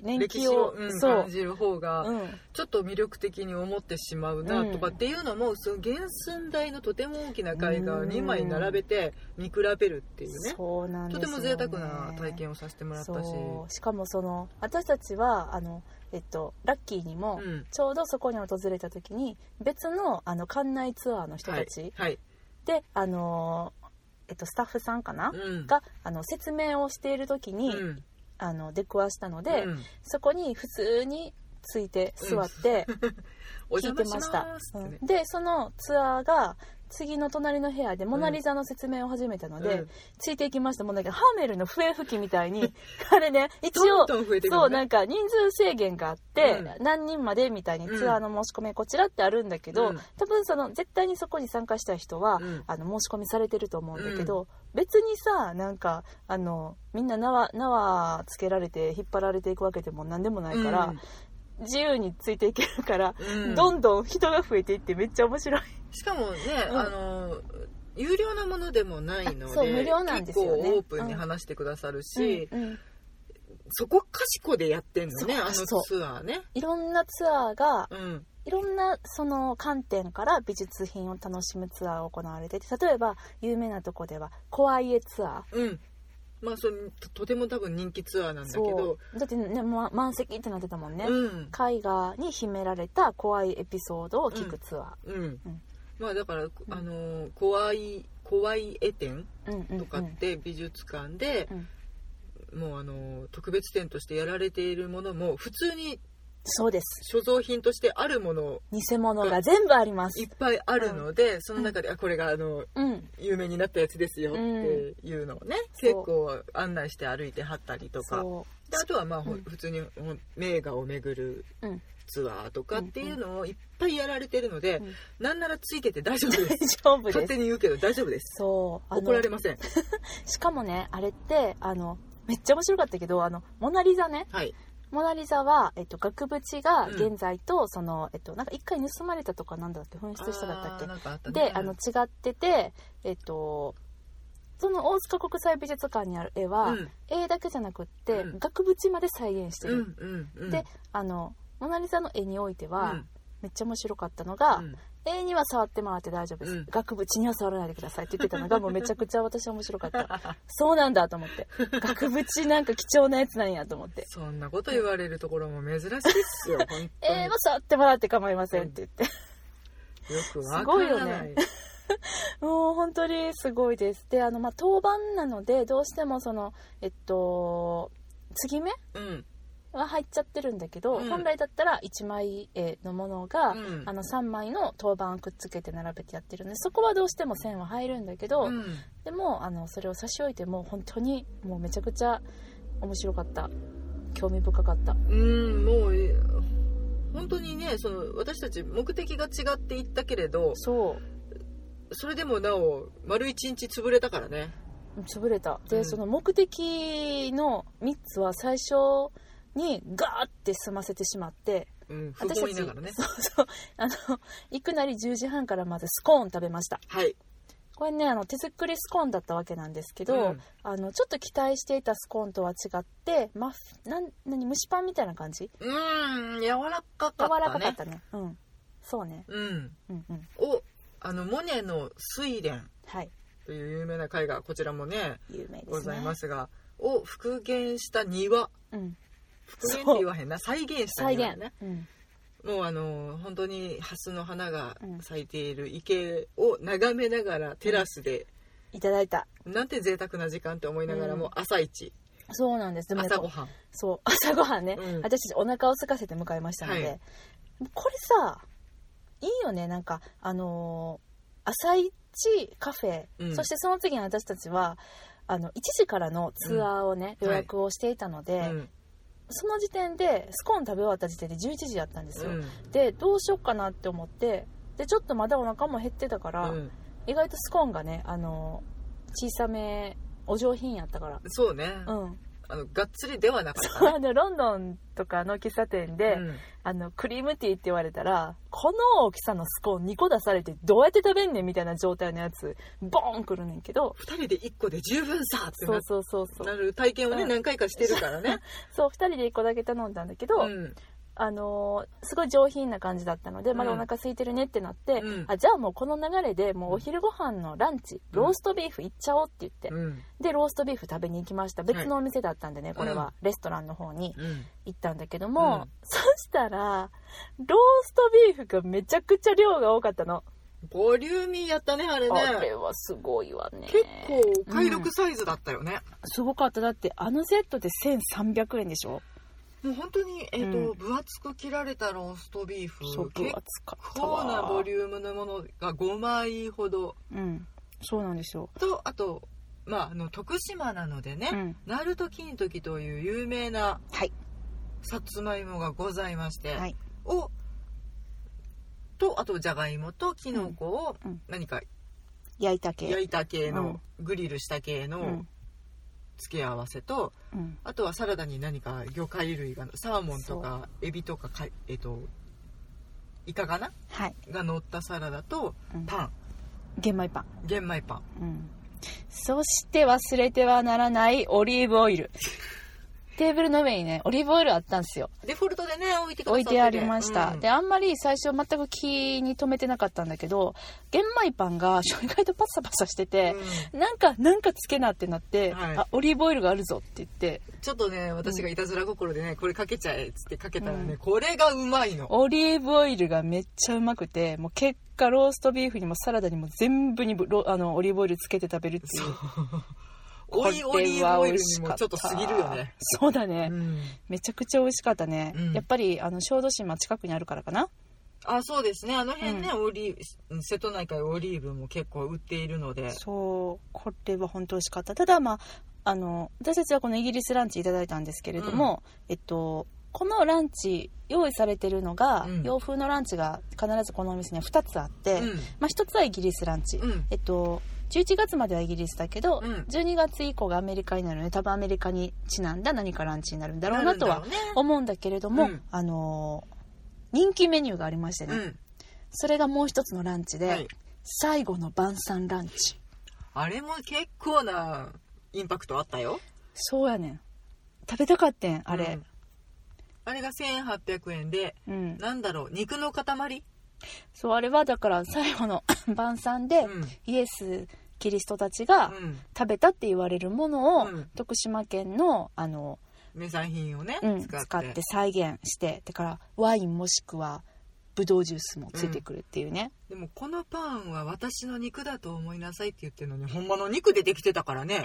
Speaker 1: 年
Speaker 2: 歴
Speaker 1: 季
Speaker 2: 史
Speaker 1: を
Speaker 2: を、うん、
Speaker 1: そう、
Speaker 2: 感じる方が
Speaker 1: うん
Speaker 2: ちょっと魅力的に思ってしまうなとかっていうのも、その原寸大のとても大きな絵画を2枚並べて見比べるっていうね、
Speaker 1: そうなんです
Speaker 2: とて
Speaker 1: よ、ね、
Speaker 2: も贅沢な体験をさせてもらったし
Speaker 1: そうしかもその私たちはあの、えっと、ラッキーにも、
Speaker 2: うん
Speaker 1: ちょうどそこに訪れた時に別のあの館内ツアーの人たち
Speaker 2: はい、
Speaker 1: で、あのーえっと、スタッフさんかな、
Speaker 2: はいうん
Speaker 1: があの説明をしている時に、
Speaker 2: うん
Speaker 1: あの出くわしたので、
Speaker 2: うん
Speaker 1: そこに普通について座って
Speaker 2: お
Speaker 1: 聞
Speaker 2: 邪
Speaker 1: いて
Speaker 2: 魔し
Speaker 1: まし
Speaker 2: ま
Speaker 1: た。
Speaker 2: すってね
Speaker 1: うんでそのツアーが次の隣の部屋で「モナ・リザ」の説明を始めたので、
Speaker 2: うん
Speaker 1: ついていきましたもんだけどハーメルの笛吹きみたい にあれね一
Speaker 2: ど
Speaker 1: 応
Speaker 2: んどん増えてく
Speaker 1: そう
Speaker 2: る
Speaker 1: な
Speaker 2: ね
Speaker 1: んか人数制限があって、
Speaker 2: う
Speaker 1: 何人までみたいに
Speaker 2: うん
Speaker 1: ツアーの申し込みこちらってあるんだけど、
Speaker 2: うん
Speaker 1: 多分その絶対にそこに参加した人は、
Speaker 2: うん
Speaker 1: あの申し込みされてると思うんだけど、別にさなんかあのみんな縄縄つけられて引っ張られていくわけでも何でもないから、自由についていけるから、
Speaker 2: うんうん
Speaker 1: どんどん人が増えていってめっちゃ面白い。
Speaker 2: しかもね、
Speaker 1: うん
Speaker 2: あの有料なものでもないの
Speaker 1: あ
Speaker 2: で
Speaker 1: そう無料なんですよね
Speaker 2: 結構オープンに話してくださるし、
Speaker 1: うんうん
Speaker 2: そこかしこでやってんのね
Speaker 1: そう
Speaker 2: あの
Speaker 1: そう
Speaker 2: ツアーね。
Speaker 1: いろんなツアーが
Speaker 2: うん
Speaker 1: いろんなその観点から美術品を楽しむツアーが行われていて例えば有名なとこでは「怖い絵ツア
Speaker 2: うんまあそれととても多分人気ツアーなん
Speaker 1: ー」
Speaker 2: だけど
Speaker 1: そうだってね、ま、満席ってなってたもんね、
Speaker 2: うん
Speaker 1: 絵画に秘められた怖いエピソードを聞くツア
Speaker 2: うん、
Speaker 1: ん
Speaker 2: まあだから、あの怖い怖い絵展
Speaker 1: ー、うんうんうん
Speaker 2: とかって美術館で、もうあの特別展としてやられているものも普通に
Speaker 1: そうです。
Speaker 2: 所蔵品としてあるもの
Speaker 1: 偽物が全部ありま
Speaker 2: い
Speaker 1: す
Speaker 2: っ。ぱいあるので、その中で、あこれがあの
Speaker 1: うん。
Speaker 2: 有名になったやつですよっていうのをね、
Speaker 1: そう
Speaker 2: 結構案内して歩いてはったりとか
Speaker 1: そ
Speaker 2: であとはまあ、ほ
Speaker 1: うん
Speaker 2: 普通にほん名画を巡る
Speaker 1: う。うん。
Speaker 2: ツアーとかっていうのをいっぱいやられてるので、
Speaker 1: うん
Speaker 2: なんならついてて 大丈夫です
Speaker 1: 大丈夫
Speaker 2: 勝
Speaker 1: で
Speaker 2: 手
Speaker 1: す。
Speaker 2: に言うけど大丈夫です
Speaker 1: そう。あ
Speaker 2: 怒
Speaker 1: の
Speaker 2: ら、れません
Speaker 1: しかもね、あれって、あの、めっちゃ面白かったけど、あの、モナリザね。
Speaker 2: はい
Speaker 1: モナリザは、えっと、額縁が
Speaker 2: うん
Speaker 1: 現在と、その、えっと、なんか一回盗まれたとかなんだっけ紛失しただったっけ
Speaker 2: あーなんかあったね
Speaker 1: であの違っててえっとその大塚国際美術館にある絵は、
Speaker 2: うん
Speaker 1: 絵だけじゃなくって、
Speaker 2: うん
Speaker 1: 額縁まで再現して
Speaker 2: う
Speaker 1: る、
Speaker 2: んうんうん
Speaker 1: であのモナ・リザの絵において
Speaker 2: うん
Speaker 1: は、めっちゃ面白かったのが、
Speaker 2: うん
Speaker 1: 絵には触ってもらって大丈夫です、
Speaker 2: うん
Speaker 1: 額縁には触らないでくださいって言って たのがもうめちゃくちゃ私は面白かったそうなんだと思って額縁なんか貴重なやつなんやと思って
Speaker 2: そんなこと言われるところも珍しいっすよ本当に
Speaker 1: 絵は触ってもらって構いませんって言って、
Speaker 2: よくわ
Speaker 1: す
Speaker 2: か
Speaker 1: ごい
Speaker 2: ら
Speaker 1: よ
Speaker 2: ない
Speaker 1: ねもう本当にすごいです。で、あの、まあ、当番なので、どうしてもその、えっと、継ぎ目
Speaker 2: うん
Speaker 1: は入っちゃってるんだけど、
Speaker 2: うん
Speaker 1: 本来だったら1枚絵のものが、
Speaker 2: うん
Speaker 1: あの3枚の当番をくっつけて並べてやってるんでそこはどうしても線は入るんだけど、
Speaker 2: うん
Speaker 1: でもあのそれを差し置いてもう本当にもうめちゃくちゃ面白かった興味深かった
Speaker 2: うんもうえ本当にねその私たち目的が違っていったけれど
Speaker 1: そう
Speaker 2: それでもなお丸一日潰れたからね
Speaker 1: 潰れたで、
Speaker 2: うん
Speaker 1: その目的の3つは最初にガーって済ませてしまって
Speaker 2: うん不
Speaker 1: 私
Speaker 2: 本
Speaker 1: た
Speaker 2: 意
Speaker 1: ち
Speaker 2: ながらね
Speaker 1: そうそうあの行くなり10時半からまずスコーン食べました
Speaker 2: はい
Speaker 1: これねあの手作りスコーンだったわけなんですけど、
Speaker 2: うん
Speaker 1: あのちょっと期待していたスコーンとは違ってマフなん何蒸しパンみたいな感じ
Speaker 2: うん柔らかか
Speaker 1: 柔
Speaker 2: ったね
Speaker 1: らかかったねうんそうね
Speaker 2: うん
Speaker 1: うんうん
Speaker 2: をあのモネの「睡蓮
Speaker 1: はい」
Speaker 2: という有名な絵画こちらもね
Speaker 1: 有名ですね
Speaker 2: ございますがを復元した庭
Speaker 1: うん、
Speaker 2: 復元って言わへんな再現した
Speaker 1: 再
Speaker 2: 庭
Speaker 1: 現
Speaker 2: だね、
Speaker 1: うん、
Speaker 2: もうあの本当にハスの花が
Speaker 1: うん
Speaker 2: 咲いている池を眺めながらテラスで、
Speaker 1: いただいた
Speaker 2: なんて贅沢な時間って思いながらも、
Speaker 1: うん
Speaker 2: 朝一
Speaker 1: そうなんですでもね
Speaker 2: 朝ごはん
Speaker 1: そう 朝ごはんね、
Speaker 2: うん
Speaker 1: 私たちお腹を空かせて迎えましたので、
Speaker 2: はい
Speaker 1: これさいいよねなんかあのー朝一カフェ、
Speaker 2: うん
Speaker 1: そしてその次に私たちはあの1時からのツアーをね、
Speaker 2: うん
Speaker 1: 予約をしていたので、
Speaker 2: うん
Speaker 1: その時点でスコーン食べ終わった時点で11時だったんです
Speaker 2: う
Speaker 1: よ、
Speaker 2: ん
Speaker 1: でどうしよっかなって思ってでちょっとまだお腹も減ってたから、
Speaker 2: うん
Speaker 1: 意外とスコーンがねあのー小さめお上品やったから
Speaker 2: そうね、
Speaker 1: うん、
Speaker 2: あのがっつりではなかった
Speaker 1: そうあのロンドンとかの喫茶店で、
Speaker 2: うん
Speaker 1: あのクリームティーって言われたらこの大きさのスコーン2個出されてどうやって食べんねんみたいな状態のやつボーンくるねんけど
Speaker 2: 二人で一個で十分さって
Speaker 1: そ
Speaker 2: な
Speaker 1: うそうそうそ
Speaker 2: な
Speaker 1: う
Speaker 2: る体験をね、
Speaker 1: うん
Speaker 2: 何回かしてるからね、
Speaker 1: そう2人で1個だけ頼んだんだけど、
Speaker 2: うん
Speaker 1: あのーすごい上品な感じだったのでまだ
Speaker 2: う
Speaker 1: お
Speaker 2: ん
Speaker 1: 腹空いてるねってなって、
Speaker 2: うん
Speaker 1: あじゃあもうこの流れでもうお昼ご飯のランチローストビーフ行っちゃおうって言って、
Speaker 2: うん
Speaker 1: でローストビーフ食べに行きました別のお店だったんでね、これ
Speaker 2: うん
Speaker 1: はレストランの方に
Speaker 2: うん
Speaker 1: 行ったんだけども、
Speaker 2: うん
Speaker 1: そしたらローストビーフがめちゃくちゃ量が多かったの。
Speaker 2: ボリューミーやったねあれ
Speaker 1: あれ
Speaker 2: ね
Speaker 1: はすごいわね
Speaker 2: 結構お買い得サイズだったよね、
Speaker 1: すごかっただってあのセットで1300円でしょ
Speaker 2: もう本当にえっ、と、
Speaker 1: う
Speaker 2: 分厚く切られたローストビーフ
Speaker 1: そう分
Speaker 2: 結
Speaker 1: 厚かった
Speaker 2: 構なボ
Speaker 1: わ
Speaker 2: リュームのものが5枚ほど
Speaker 1: うんそうなんですよ、
Speaker 2: とあとまああの徳島なのでね、
Speaker 1: うん、
Speaker 2: 鳴門金時という有名な
Speaker 1: はい
Speaker 2: さつまいもがございまして、
Speaker 1: はい
Speaker 2: をとあとじゃがいもときのこを
Speaker 1: うんうん
Speaker 2: 何か
Speaker 1: 焼いた系
Speaker 2: 焼いた系の、グリルした系
Speaker 1: う
Speaker 2: の
Speaker 1: ん
Speaker 2: 付け合わせと
Speaker 1: うん
Speaker 2: あとはサラダに何か魚介類がサーモンとかエビとかかえっとイカかな
Speaker 1: はい、
Speaker 2: が乗ったサラダと
Speaker 1: うん、
Speaker 2: パン
Speaker 1: 玄米パン、
Speaker 2: 玄米パン
Speaker 1: うん、そして忘れてはならないオリーブオ イルテーブルの上にねオリーブオイルあったんですよ
Speaker 2: デフォルトでね置いてくださ
Speaker 1: 置
Speaker 2: って
Speaker 1: いてありました、
Speaker 2: うん
Speaker 1: であんまり最初全く気に留めてなかったんだけど玄米パンが意外とパサパサしてて、
Speaker 2: う
Speaker 1: なんか、なんかつけなってなって、
Speaker 2: はい
Speaker 1: あ、オリーブオイルがあるぞって言って、
Speaker 2: んちょっとね私がいたずら心でねこれかけちゃえっつってかけたら
Speaker 1: う
Speaker 2: ね、
Speaker 1: ん
Speaker 2: これがうまいの
Speaker 1: オリーブオイルがめっちゃうまくて、もう結果ローストビーフにもサラダにも全部にブロあのオリーブオイルつけて食べるっていう。
Speaker 2: そうオイオリーブオイルにもちょっと
Speaker 1: 過
Speaker 2: 過ぎるよね。
Speaker 1: そうだね、
Speaker 2: うん
Speaker 1: めちゃくちゃ美味しかったね、
Speaker 2: うん
Speaker 1: やっぱりあの小豆島近くにあるからかな
Speaker 2: あそうですねあの辺ね、オリーブ瀬戸内海オリーブも結構売っているので
Speaker 1: そうこれは本当美味しかったただまああの私たちはこのイギリスランチいただいたんですけれども、えっとこのランチ用意されてるのが、
Speaker 2: うん
Speaker 1: 洋風のランチが必ずこのお店には2つあって、まあ、1つはイギリスランチ、
Speaker 2: うんうん
Speaker 1: えっと11月まではイギリスだけど、
Speaker 2: うん
Speaker 1: 12月以降がアメリカになるので多分アメリカにちなんだ何かランチになるんだろうなとは
Speaker 2: るんだろ
Speaker 1: 思うんだけれども、
Speaker 2: うん
Speaker 1: あのー人気メニューがありましてね、
Speaker 2: うね
Speaker 1: それがもう一つのランチ
Speaker 2: う
Speaker 1: で、
Speaker 2: んはい
Speaker 1: 最後の晩餐ランチ
Speaker 2: あれも結構なインパクトあったよ
Speaker 1: そうやねん食べたかってんあ
Speaker 2: う
Speaker 1: れ
Speaker 2: んあれが1800円で
Speaker 1: うん、
Speaker 2: なんだろう肉の塊
Speaker 1: そうあれはだから最後の 晩餐で、
Speaker 2: うん
Speaker 1: イエスキリストたちが
Speaker 2: うん
Speaker 1: 食べたって言われるものを、
Speaker 2: うん
Speaker 1: 徳島県のあの、
Speaker 2: 名産品をね
Speaker 1: うん、
Speaker 2: 使
Speaker 1: 使
Speaker 2: っ
Speaker 1: ってて再現してだからワインもしくはブドウジュースもついてくるっていうね、
Speaker 2: でもこのパンは私の肉だと思いなさいって言ってるのにほんまの肉でできてたか らね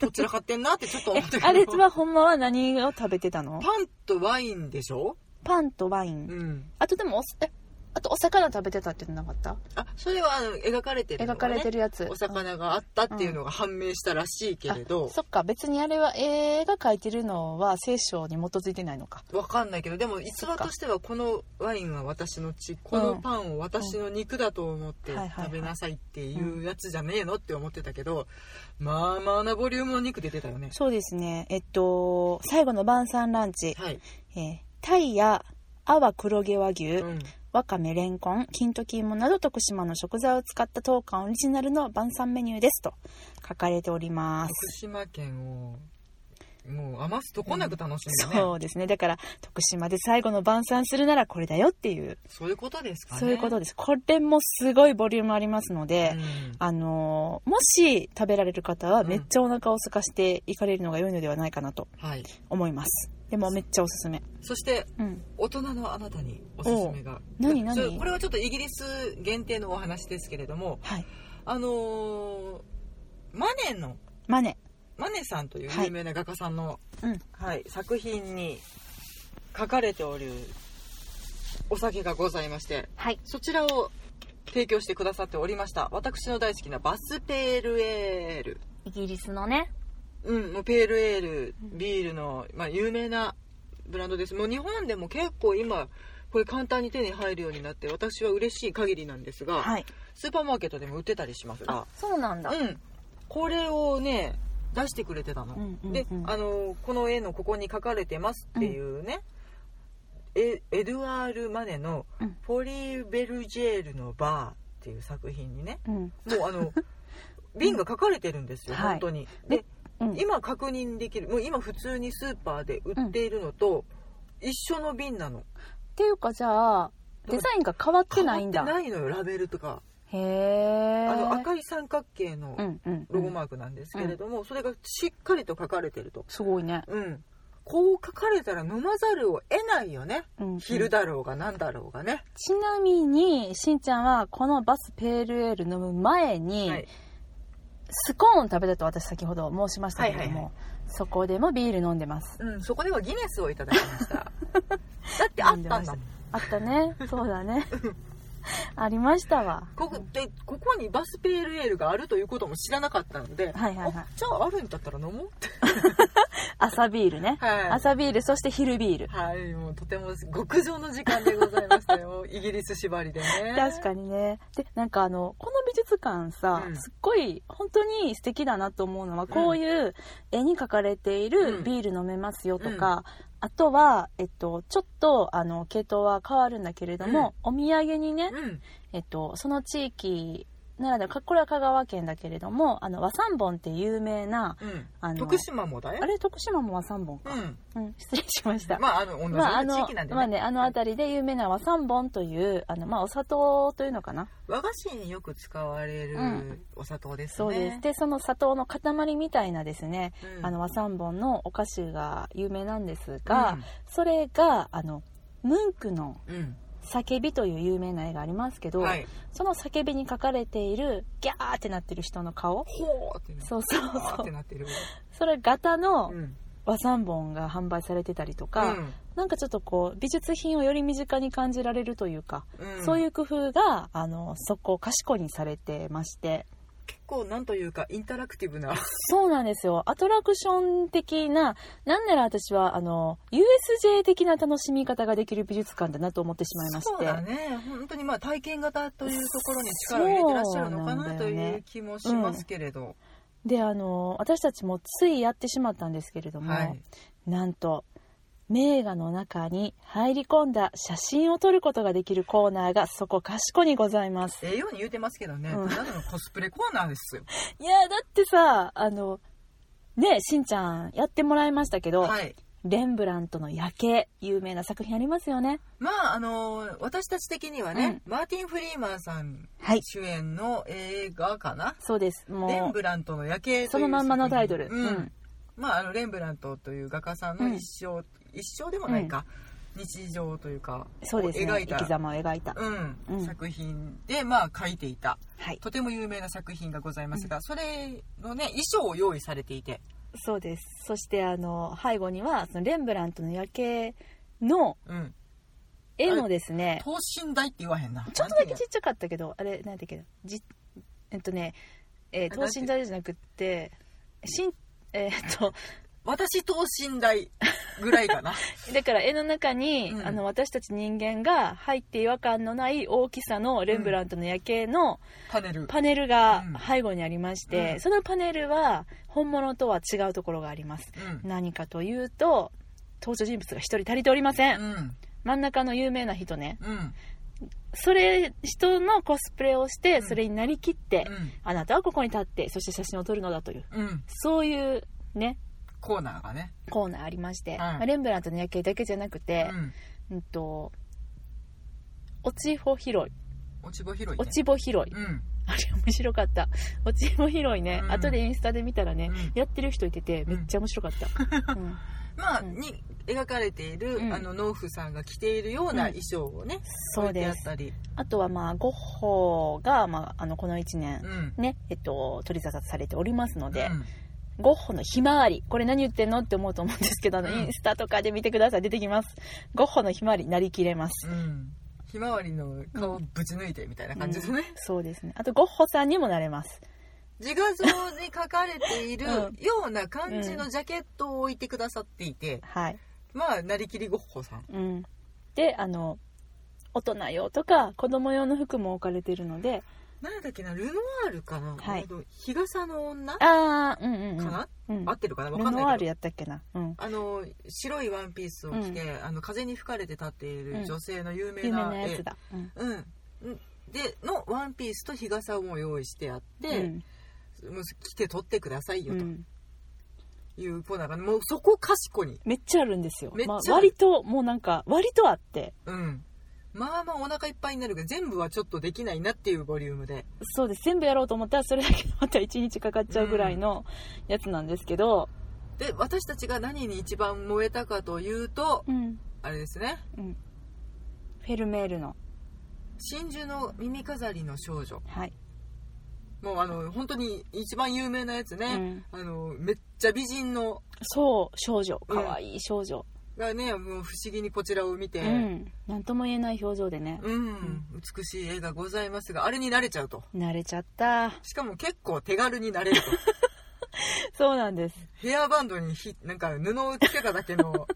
Speaker 2: どちらかってんなってちょっと思
Speaker 1: え
Speaker 2: ったけど
Speaker 1: あれはほんまは何を食べてたの
Speaker 2: パンとワインでしょ
Speaker 1: パンとワイン、
Speaker 2: うん
Speaker 1: あとでもおすえあとお魚食べてたって言ってなかった、
Speaker 2: あそれはあの描かれてるの
Speaker 1: 描
Speaker 2: が
Speaker 1: か
Speaker 2: ね
Speaker 1: れてるやつ
Speaker 2: お魚があったっていうのが判明したらしいけれ
Speaker 1: あ
Speaker 2: ど、
Speaker 1: そっか別にあれは絵が描いてるのは聖書に基づいてないのか
Speaker 2: わかんないけどでも逸話としてはこのワインは私の血このパンを私の肉だと思って
Speaker 1: うんはいはいはい
Speaker 2: 食べなさいっていうやつじゃねえのって思ってたけどまあまあなボリュームの肉出てたよね
Speaker 1: そうですねえっと最後の晩餐ランチ、
Speaker 2: はい、
Speaker 1: えータイや阿波黒毛和牛、
Speaker 2: うん、
Speaker 1: わかめレンコン金時芋など徳島の食材を使った当館オリジナルの晩餐メニューですと書かれております
Speaker 2: 徳島県をもう余すとこなく楽しんだね、
Speaker 1: そうですねだから徳島で最後の晩餐するならこれだよっていう
Speaker 2: そういうことですかね
Speaker 1: そういうことで
Speaker 2: で、
Speaker 1: すこれもすごいボリュームありますので、
Speaker 2: うん
Speaker 1: あのーもし食べられる方は
Speaker 2: うん
Speaker 1: めっちゃお腹を空かして行かれるのが良いのではないかなと
Speaker 2: はい、
Speaker 1: 思いますでもめっちゃおすすめ
Speaker 2: そして
Speaker 1: うん
Speaker 2: 大人のあなたにおすすめが
Speaker 1: お何何
Speaker 2: ちょこれはちょっとイギリス限定のお話ですけれども
Speaker 1: はい
Speaker 2: あのーマネの
Speaker 1: マネ
Speaker 2: マネさんという
Speaker 1: はい
Speaker 2: 有名な画家さんの、
Speaker 1: うん
Speaker 2: はい作品に書かれておるお酒がございまして
Speaker 1: はい
Speaker 2: そちらを提供してくださっておりました私の大好きなバスペールエール
Speaker 1: イギリスのね
Speaker 2: うん、もうペールエールビールの、まあ、有名なブランドですもう日本でも結構今これ簡単に手に入るようになって私は嬉しい限りなんですが、
Speaker 1: はい
Speaker 2: スーパーマーケットでも売ってたりしますが
Speaker 1: そうなんだ
Speaker 2: うんこれをね出してくれてたの、
Speaker 1: うんうんうん
Speaker 2: であのこの絵のここに書かれてますっていうね、エエドワール・マネの
Speaker 1: うん
Speaker 2: 「フォリー・ベルジェールのバー」っていう作品にね
Speaker 1: うん
Speaker 2: もうあの瓶が書かれてるんですよ、
Speaker 1: はい
Speaker 2: 本当に。で
Speaker 1: うん
Speaker 2: 今確認できるもう今普通にスーパーで売っているのと、一緒の瓶なの
Speaker 1: っていうかじゃあデザインが変わってないんだ
Speaker 2: 変わってないのよラベルとか、
Speaker 1: へ
Speaker 2: あの
Speaker 1: え
Speaker 2: 赤い三角形の
Speaker 1: うんうん
Speaker 2: ロゴ
Speaker 1: ー
Speaker 2: マークなんですけれども、それがしっかりと書かれてると
Speaker 1: すごいね、
Speaker 2: うんこう書かれたら飲まざるを得ないよね
Speaker 1: うんうん
Speaker 2: 昼だろうが何だろうがね、
Speaker 1: ちなみにしんちゃんはこのバスペールエール飲む前に、
Speaker 2: はい
Speaker 1: スコーン食べたと私先ほど申しましたけれども、
Speaker 2: はいはいは
Speaker 1: そこでもビール飲んでます
Speaker 2: うん、そこではギネスをいただきま しただってあったんだもん
Speaker 1: あった ねそうだねありましたわ
Speaker 2: ここでここにバスペールエールがあるということも知らなかったので、
Speaker 1: はいはいはい
Speaker 2: あじゃああるんだったら飲もうって
Speaker 1: 朝ビールね、
Speaker 2: はい
Speaker 1: 朝ビールそして昼ビール
Speaker 2: はい、もうとても極上の時間でございました よ。イギリス縛りでね。
Speaker 1: 確か
Speaker 2: に。
Speaker 1: にねでなんかあのこの美術館さ、
Speaker 2: うん
Speaker 1: すっごい本当に素敵だなと思うのはこういう絵に描かれてい
Speaker 2: うん
Speaker 1: るビール飲めますよとか、あとは、えっと、ちょっとあの系統は変わるんだけれども、お土産にね、
Speaker 2: うん。
Speaker 1: えっと、その地域ならではかこれは香川県だけれどもあの和三盆って有名な
Speaker 2: うん。
Speaker 1: あの
Speaker 2: 徳島もだよ。
Speaker 1: あれ徳島も和三盆
Speaker 2: う
Speaker 1: か、
Speaker 2: ん。
Speaker 1: うん失礼しました、
Speaker 2: まあ、あの、同じよう
Speaker 1: まあ、あ
Speaker 2: な地
Speaker 1: の
Speaker 2: 域なんでね。
Speaker 1: まあねあの辺りで有名な和三盆というあの、まあ、お砂糖というのかな
Speaker 2: 和菓子によく使われ
Speaker 1: う
Speaker 2: る
Speaker 1: ん
Speaker 2: お砂糖ですね。
Speaker 1: そうです、でその砂糖の塊みたいなですね、
Speaker 2: うん
Speaker 1: あの和三盆のお菓子が有名なんですが、それがあのムンクの
Speaker 2: うん。うん。
Speaker 1: 叫びという有名な絵がありますけど、
Speaker 2: はい。
Speaker 1: その叫びに書かれているギャーってなってる人の顔
Speaker 2: ほーってな
Speaker 1: そうそう
Speaker 2: ほー
Speaker 1: そ
Speaker 2: って
Speaker 1: う
Speaker 2: なってる。
Speaker 1: それ型の
Speaker 2: うん。
Speaker 1: 和三本が販売されてたりとか、
Speaker 2: う
Speaker 1: なんかちょっとこう美術品をより身近に感じられるというか、
Speaker 2: ん。
Speaker 1: そう
Speaker 2: う
Speaker 1: い
Speaker 2: ん。
Speaker 1: う工夫があのそこ賢いにされてまして
Speaker 2: 結構なんというかインタラクティブな。
Speaker 1: そうなんですよアトラクション的ななんなら私はあの USJ 的な楽しみ方ができる美術館だなと思ってしまいまして
Speaker 2: そうだね。本当にまあ体験型というところに力を入れてらっしゃるのか
Speaker 1: そうな
Speaker 2: なんと
Speaker 1: だよね
Speaker 2: いう気もしますけれど。
Speaker 1: であの私たちもついやってしまったんですけれども、
Speaker 2: はい。
Speaker 1: なんと名画の中に入り込んだ写真を撮ることができるコーナーがそこかしこにございます
Speaker 2: ええように言うてますけどね。
Speaker 1: うん
Speaker 2: ただのコスプレコーナーですよ。
Speaker 1: いやだってさあのねえしんちゃんやってもらいましたけど、
Speaker 2: はい。
Speaker 1: レンブラントの夜景有名な作品ありますよね
Speaker 2: まああの私たち的にはね、マーティン・フリーマンさん
Speaker 1: はい
Speaker 2: 主演の映画かな。
Speaker 1: そうです
Speaker 2: レン
Speaker 1: も
Speaker 2: ブラントの夜景という
Speaker 1: うそのまんまのタイトル、
Speaker 2: 作品
Speaker 1: うん
Speaker 2: まあ、あのレンブラントという画家さんの一生、一生でもないか、日常というか
Speaker 1: そうです
Speaker 2: を描
Speaker 1: ね
Speaker 2: いた
Speaker 1: 生き様を描いた、
Speaker 2: うん
Speaker 1: うん
Speaker 2: 作品で、まあ、描いていた
Speaker 1: はい
Speaker 2: とても有名な作品がございますが、それのね衣装を用意されていて、
Speaker 1: そうですそしてあの背後にはそのレンブラントの夜景の
Speaker 2: うん、
Speaker 1: 絵のですね
Speaker 2: 等身大って言わへんな
Speaker 1: ちょっとだけ
Speaker 2: なん
Speaker 1: ち
Speaker 2: て
Speaker 1: っちゃかったけど、あれ、なんだっけな、じ、えっとね、えー等
Speaker 2: あ
Speaker 1: 身大じゃなくって、しん、えーっと、
Speaker 2: 言うの私等身大ぐらいか な
Speaker 1: だから絵の中に、
Speaker 2: うん
Speaker 1: あの、私たち人間が入って違和感のない大きさのレンブラントの夜景の
Speaker 2: パネル
Speaker 1: パネルが
Speaker 2: うん
Speaker 1: 背後にありまして、
Speaker 2: うん
Speaker 1: そのパネルは本物とは違うところがあります。
Speaker 2: うん
Speaker 1: 何かというと、登場人物が一人足りておりません。
Speaker 2: うん
Speaker 1: 真ん中の有名な人ね。
Speaker 2: うん
Speaker 1: それ、人のコスプレをして、
Speaker 2: うん
Speaker 1: それになりきって、あなたはここに立ってそして写真を撮るのだという
Speaker 2: うんうん
Speaker 1: そういうね
Speaker 2: コーナーがね、
Speaker 1: コーナーありまして、
Speaker 2: ん
Speaker 1: まあレンブラントの夜景だけじゃなく
Speaker 2: う
Speaker 1: て、
Speaker 2: ん、
Speaker 1: うん、と落ち穂拾い
Speaker 2: 落ち穂広い、ね、
Speaker 1: 落ち穂拾い、
Speaker 2: うん
Speaker 1: あれ面白かった落ち穂拾いね、
Speaker 2: うん
Speaker 1: 後でインスタで見たらね、
Speaker 2: うん
Speaker 1: やってる人いてて
Speaker 2: うん
Speaker 1: めっちゃ面白か った、うん
Speaker 2: まあ、
Speaker 1: うん
Speaker 2: に描かれている、
Speaker 1: うん
Speaker 2: あの農夫さんが着ているような衣装をね、
Speaker 1: そう
Speaker 2: 置いてあ
Speaker 1: で
Speaker 2: っ
Speaker 1: す
Speaker 2: たり、
Speaker 1: あとはまあゴッホが、まあ、あのこの1年
Speaker 2: うん、
Speaker 1: ねえっと、取り沙汰されておりますので、
Speaker 2: うん
Speaker 1: ゴッホのひまわり。これ何言ってんのって思うと思うんですけど、あの、
Speaker 2: うん
Speaker 1: インスタとかで見てください。出てきます。ゴッホのひまわり、なりきれます。
Speaker 2: うんひまわりの顔をぶち抜いてみたいな感じですね、
Speaker 1: そうですね。あと、ゴッホさんにもなれます。
Speaker 2: 自画像に描かれている
Speaker 1: う
Speaker 2: よ
Speaker 1: ん
Speaker 2: うな感じのジャケットを置いてくださっていて、
Speaker 1: はい。
Speaker 2: まあなりきりごっこさん
Speaker 1: うん。で、あの、大人用とか、子供用の服も置かれてるので、
Speaker 2: なんだっけなルノワールかな、
Speaker 1: はい
Speaker 2: あの日傘の女か
Speaker 1: あー、うんうんうん。
Speaker 2: な、
Speaker 1: うん
Speaker 2: 合ってるかなわ
Speaker 1: ル
Speaker 2: かん
Speaker 1: ノワー
Speaker 2: ない
Speaker 1: ル
Speaker 2: けど
Speaker 1: やったっけな。うん。
Speaker 2: あの白いワンピースを着て、あの風に吹かれて立っている女性の有名
Speaker 1: 有名
Speaker 2: な,、
Speaker 1: なやつだ。うん。
Speaker 2: うん、んでのワンピースと日傘も用意してあって、もう来て撮ってください
Speaker 1: うん、
Speaker 2: よ
Speaker 1: う
Speaker 2: と
Speaker 1: ん
Speaker 2: いうコーナーがもうそこかしこに、
Speaker 1: めっちゃあるんですよ。
Speaker 2: めっちゃある
Speaker 1: まあ、割と、もうなんか、割とあって。
Speaker 2: うん、まあまあお腹いっぱいになるけど全部はちょっとできないなっていうボリュームで
Speaker 1: そうです全部やろうと思ったらそれだけでまた1日かかっちゃうぐらいのやつなんですけど、
Speaker 2: で私たちが何に一番燃えたかというと
Speaker 1: うん
Speaker 2: あれですね
Speaker 1: うん、フェルメールの、
Speaker 2: 真珠の耳飾りの少女
Speaker 1: はい
Speaker 2: もうあの本当に一番有名なやつ
Speaker 1: う
Speaker 2: ね、
Speaker 1: ん、
Speaker 2: あのめっちゃ美人の
Speaker 1: そう少女
Speaker 2: うん
Speaker 1: かわいい少女、
Speaker 2: がねもう不思議にこちらを見て、
Speaker 1: うんなんとも言えない表情でね、
Speaker 2: うん、美しい絵がございますがあれに慣れちゃうと
Speaker 1: 慣れちゃった
Speaker 2: しかも結構手軽になれる と
Speaker 1: そうなんです
Speaker 2: ヘアバンドにひなんか布をつけただけ の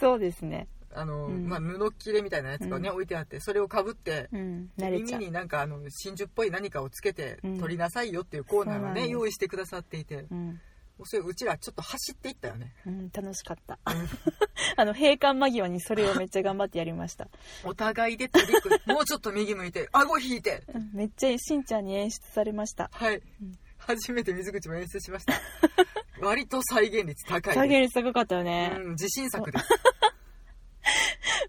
Speaker 1: そうですね、
Speaker 2: あの、
Speaker 1: うん
Speaker 2: まあ、布切れみたいなやつがね、
Speaker 1: う
Speaker 2: 置いてあってそれをかぶって
Speaker 1: うん、慣れち
Speaker 2: 耳
Speaker 1: ゃう
Speaker 2: になんかあの真珠っぽい何かをつけて
Speaker 1: うん
Speaker 2: 撮りなさいよっていうコーナー
Speaker 1: そう
Speaker 2: が
Speaker 1: なん
Speaker 2: ね、
Speaker 1: です
Speaker 2: 用意してくださっていて
Speaker 1: うん
Speaker 2: もうそれうちらちょっと走っていったよね
Speaker 1: うん、楽しかった あの閉館間際にそれをめっちゃ頑張ってやりました、
Speaker 2: お互いで取り組む もうちょっと右向いて顎引いて
Speaker 1: うんめっちゃしんちゃんに演出されました
Speaker 2: はい、
Speaker 1: うん
Speaker 2: 初めて水口も演出しました割と再現率高い
Speaker 1: 再現率高かったよね、
Speaker 2: うん、自信作です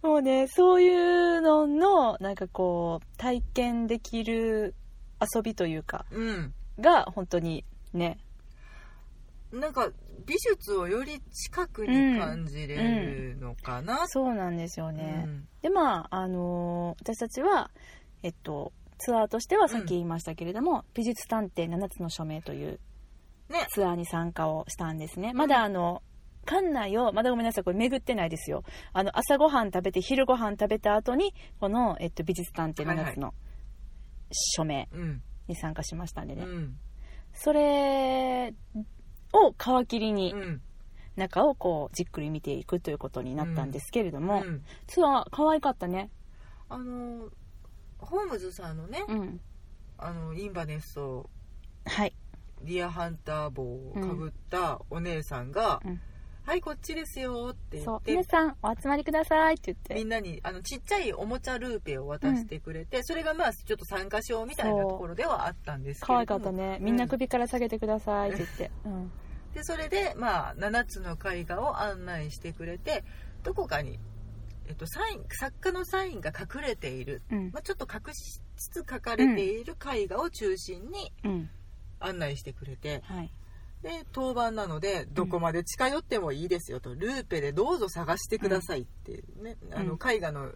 Speaker 1: もうね、そういうのの、なんかこう、体験できる遊びというか、
Speaker 2: うん
Speaker 1: が、本当にね、
Speaker 2: なんか美術をより近くに感じれるのかな、
Speaker 1: そうなんですよ
Speaker 2: うん
Speaker 1: ね、でまああのー私たちはえっとツアーとしてはさっき言いましたけれども「美術探偵7つの署名」という
Speaker 2: ね
Speaker 1: ツアーに参加をしたんですねまだあの館内をまだごめんなさいこれ巡ってないですよあの朝ごはん食べて昼ごはん食べた後にこの、えっと、美術探偵7つの署名
Speaker 2: うん
Speaker 1: に参加しましたんで
Speaker 2: う
Speaker 1: ね、
Speaker 2: ん
Speaker 1: それを皮切りに
Speaker 2: うん
Speaker 1: 中をこうじっくり見ていくということになったんですけれども、
Speaker 2: うん
Speaker 1: ツアー可愛かったね
Speaker 2: あのホームズさんのね、
Speaker 1: うん
Speaker 2: あのインバネスト
Speaker 1: はい
Speaker 2: ディアハンター帽をかぶったお姉さんが「
Speaker 1: うん
Speaker 2: はいこっちですよ」って言
Speaker 1: そう
Speaker 2: って
Speaker 1: 皆さんお集まりくださいって言っ
Speaker 2: み
Speaker 1: て
Speaker 2: んなにあのちっちゃいおもちゃルーペを渡してくれて、それがまあちょっと参加賞みたいなところではあったんですけれど
Speaker 1: 可
Speaker 2: も
Speaker 1: 愛かったねみんな首から下げてくださいって言って、うん、
Speaker 2: でそれで、まあ、7つの絵画を案内してくれてどこかに、えっと、サイン作家のサインが隠れている、
Speaker 1: うん
Speaker 2: まあ、ちょっと隠しつつ書かれている絵画を中心に
Speaker 1: うん
Speaker 2: 案内してくれて
Speaker 1: はい
Speaker 2: で当番なのでどこまで近寄ってもいいですよと、ルーペでどうぞ探してくださいって、ねあ
Speaker 1: う
Speaker 2: の
Speaker 1: ん
Speaker 2: 絵画の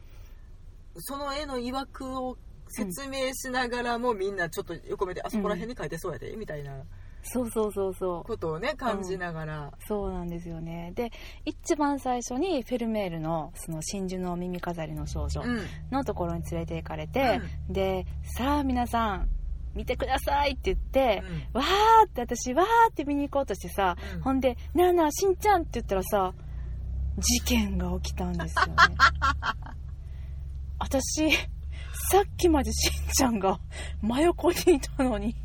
Speaker 2: その絵の曰くを説明しながらもみんなちょっと横目で、あそこら辺に書いてそうやでみたいな
Speaker 1: そうそうそうそう
Speaker 2: ことをね感じながら。
Speaker 1: そうなんですよねで一番最初にフェルメールのその真珠の耳飾りの少女
Speaker 2: うん
Speaker 1: のところに連れて行かれて、でさあ皆さん見てくださいって言って、わーって私わーって見に行こうとしてさ、
Speaker 2: うん
Speaker 1: ほんで「なあなあしんちゃん」って言ったらさ事件が起きたんですよ ね私さっきまでしんちゃんが真横にいたのに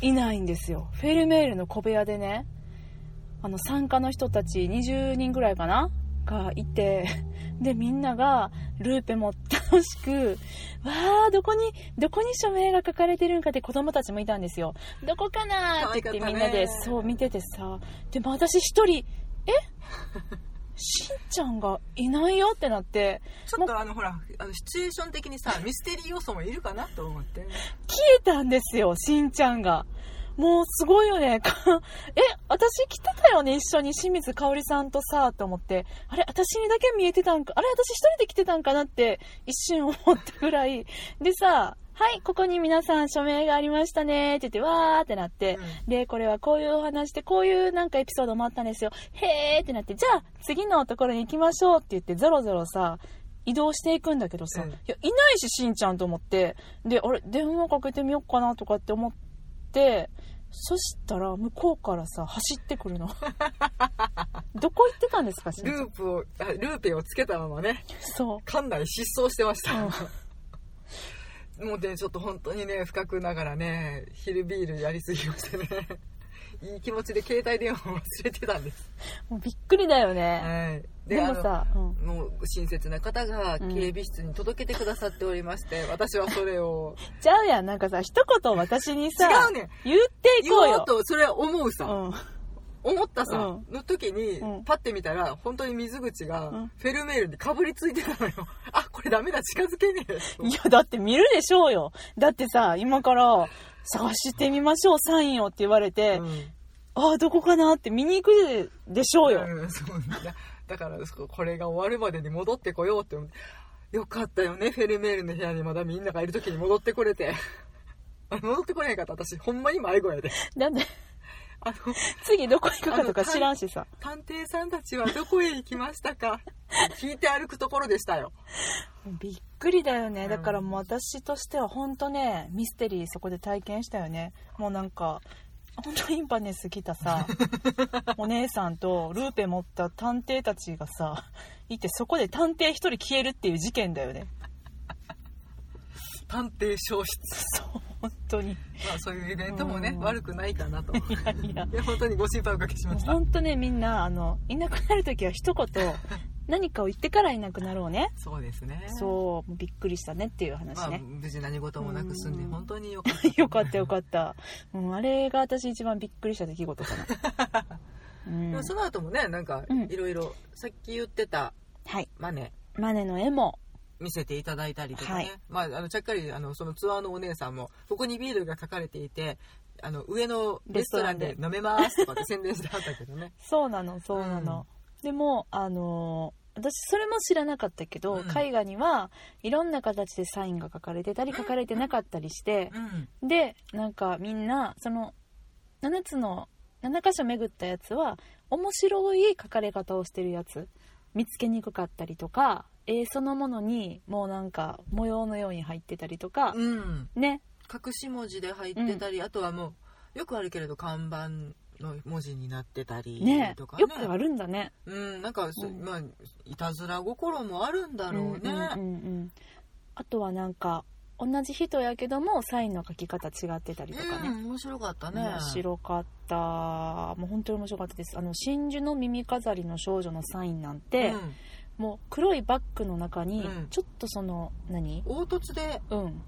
Speaker 1: いないんですよフェルメールの小部屋でねあの参加の人たち20人ぐらいかながいて でみんながルーペも楽しくわあどこにどこに署名が書かれてるんかって子供たちもいたんですよどこかなーって言って
Speaker 2: 可
Speaker 1: み
Speaker 2: 愛
Speaker 1: ん
Speaker 2: か
Speaker 1: な
Speaker 2: ったね
Speaker 1: でそう見ててさでも私一 人えしんちゃんがいないよってなって
Speaker 2: ちょっとあのほらあのシチュエーション的に さミステリー要素もいるかなと思って
Speaker 1: 消えたんですよ、しんちゃんが。もうすごいよね。 かえ、私来てたよね、一緒に清水香織さんとさ、と思って。あれ、私にだけ見えてたんか、あれ、私一人で来てたんかなって一瞬思ったぐらい。でさ、はい、ここに皆さん署名がありましたね、って言って、わーってなって。で、これはこういうお話で、こういうなんかエピソードもあったんですよ。へーってなって、じゃあ次のところに行きましょうって言って、ぞろぞろさ、移動していくんだけどさ、
Speaker 2: うん
Speaker 1: いや、いないし、しんちゃんと思って、で、あれ、電話かけてみようかなとかって思って、そしたら向こうからさ、走ってくる の。どこ行ってたんですか、しんち
Speaker 2: ル
Speaker 1: ゃん。
Speaker 2: ープをあルーペをつけたままね
Speaker 1: そう。
Speaker 2: 館内失踪してました、
Speaker 1: うん
Speaker 2: もうねちょっと本当にね深くながらね昼ビールやりすぎましてね いい気持ちで携帯電話を忘れてたんです、
Speaker 1: もうびっくりだよね。
Speaker 2: はい、
Speaker 1: でもさ、うん
Speaker 2: あのもう親切な方が
Speaker 1: うん
Speaker 2: 警備室に届けてくださっておりまして、私はそれ を
Speaker 1: ちゃうやん、なんかさ、一言私にさ、
Speaker 2: 違うねん
Speaker 1: 言ってい
Speaker 2: 言
Speaker 1: こう
Speaker 2: おう
Speaker 1: よ。
Speaker 2: とそれは思うさ、
Speaker 1: うん。
Speaker 2: 思ったさ、
Speaker 1: う
Speaker 2: の時に、
Speaker 1: うん
Speaker 2: パッて見たら本当に水口
Speaker 1: うん
Speaker 2: がフェルメールにかぶりついてたのよあこれダメだ近づけねえと
Speaker 1: いや、だって見るでしょうよ。だってさ、今から探してみましょう、サインをって言われて、ああ、どこかなって見に行くでしょうよ。
Speaker 2: んんそうだだからそうこれが終わるまでに戻ってこようって思ってよかったよねフェルメールの部屋にまだみんながいる時に戻ってこれて あれ戻ってこれへんかった私ほんまに迷子やで
Speaker 1: だって、
Speaker 2: あの
Speaker 1: 次どこ行くかとか知らんしさ。
Speaker 2: 探偵さんたちはどこへ行きましたかって聞いて歩くところでしたよ
Speaker 1: びっくりだよね。
Speaker 2: うん
Speaker 1: だからもう私としては本当ね、ミステリーそこで体験したよね。もうなんか、本当インパネス来た さ、お姉さんとルーペ持った探偵たちがさ、いてそこで探偵一人消えるっていう事件だよね。
Speaker 2: 探偵消失、
Speaker 1: そう、本当に。
Speaker 2: まあ、そういうイベントもね、
Speaker 1: うん
Speaker 2: 悪くないかな と
Speaker 1: いやいや
Speaker 2: い。や本当にご心配おかけしまし た
Speaker 1: 本当ねみんなあのいなくなる時は一 言何かを言ってからいなくなろうね
Speaker 2: そうですね
Speaker 1: そうびっくりしたねっていう
Speaker 2: ま
Speaker 1: 話
Speaker 2: あ
Speaker 1: ね、
Speaker 2: 無事何事もなく済んで
Speaker 1: うん
Speaker 2: 本当によかった
Speaker 1: よかったよかった、うん、あれが私一番びっくりした出来事かな、 うん
Speaker 2: でもその後もねなんか
Speaker 1: うん
Speaker 2: いろいろさっき言ってた
Speaker 1: はい
Speaker 2: マネ
Speaker 1: マネの絵も
Speaker 2: 見せていただいたりとかね、
Speaker 1: はい
Speaker 2: まああのちゃっかりあのそのツアーのお姉さんもここにビールが書かれていてあの上のレストランで飲めますとかって宣伝してはったけどね
Speaker 1: そうなのそうなの、でもあのー私それも知らなかったけど、
Speaker 2: うん
Speaker 1: 絵画にはいろんな形でサインが書かれてたり書かれてなかったりして、
Speaker 2: うん
Speaker 1: でなんかみんなその7つの7箇所巡ったやつは面白い書かれ方をしてるやつ見つけにくかったりとか絵そのものにもうなんか模様のように入ってたりとか、
Speaker 2: うん
Speaker 1: ね
Speaker 2: 隠し文字で入ってたり、あとはもうよくあるけれど看板の文字になってたり
Speaker 1: ね
Speaker 2: とか
Speaker 1: よくあるんだね。
Speaker 2: うん、なんか、そう
Speaker 1: うん
Speaker 2: まあいたずら心もあるんだろうね、
Speaker 1: うんうんうんうんあとはなんか同じ人やけどもサインの書き方違ってたりとかね、
Speaker 2: うん面白かったね
Speaker 1: 面白かったもう本当に面白かったですあの真珠の耳飾りの少女のサインなんて、
Speaker 2: うん
Speaker 1: もう黒いバッグの中に
Speaker 2: うん
Speaker 1: ちょっとその何
Speaker 2: 凹凸で
Speaker 1: うん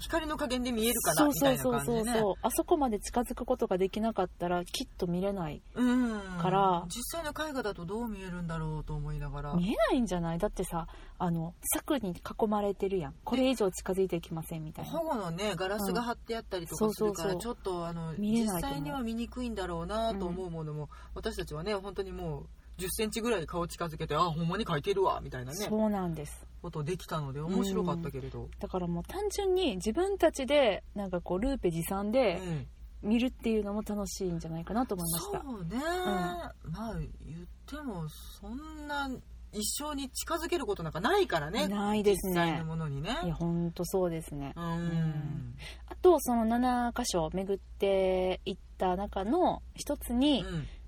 Speaker 2: 光の加減で見えるか
Speaker 1: そ
Speaker 2: ら
Speaker 1: う
Speaker 2: みた
Speaker 1: そ
Speaker 2: いうな
Speaker 1: そう
Speaker 2: 感じ
Speaker 1: そう
Speaker 2: ね
Speaker 1: そうあそこまで近づくことができなかったらきっと見れない
Speaker 2: うん
Speaker 1: から
Speaker 2: 実際の絵画だとどう見えるんだろうと思いながら
Speaker 1: 見えないんじゃないだってさあの柵に囲まれてるやんこれ以上近づいていきませんみたいな
Speaker 2: 保護のねガラスが張ってあったりとかするから、
Speaker 1: うん
Speaker 2: ちょっとあの
Speaker 1: 見え
Speaker 2: 実
Speaker 1: ないと思う
Speaker 2: 際には見にくいんだろうなと思うものも、私たちはね本当にもう1 0センチぐらい顔近づけてあほんまに描いてるわみたいなね
Speaker 1: そうなんです
Speaker 2: ことできたので面白かったけれど、
Speaker 1: だからもう単純に自分たちでなんかこうルーペ持参
Speaker 2: う
Speaker 1: で
Speaker 2: ん、
Speaker 1: 見るっていうのも楽しいんじゃないかなと思いまし
Speaker 2: そ
Speaker 1: た
Speaker 2: うね、まあ言ってもそんな一生に近づけることなんかないからね
Speaker 1: ないです
Speaker 2: 実際
Speaker 1: ね
Speaker 2: のものにね
Speaker 1: いやほんとそうですね
Speaker 2: うん、
Speaker 1: んあとその7箇所巡っていった中の一つ
Speaker 2: う
Speaker 1: に、
Speaker 2: ん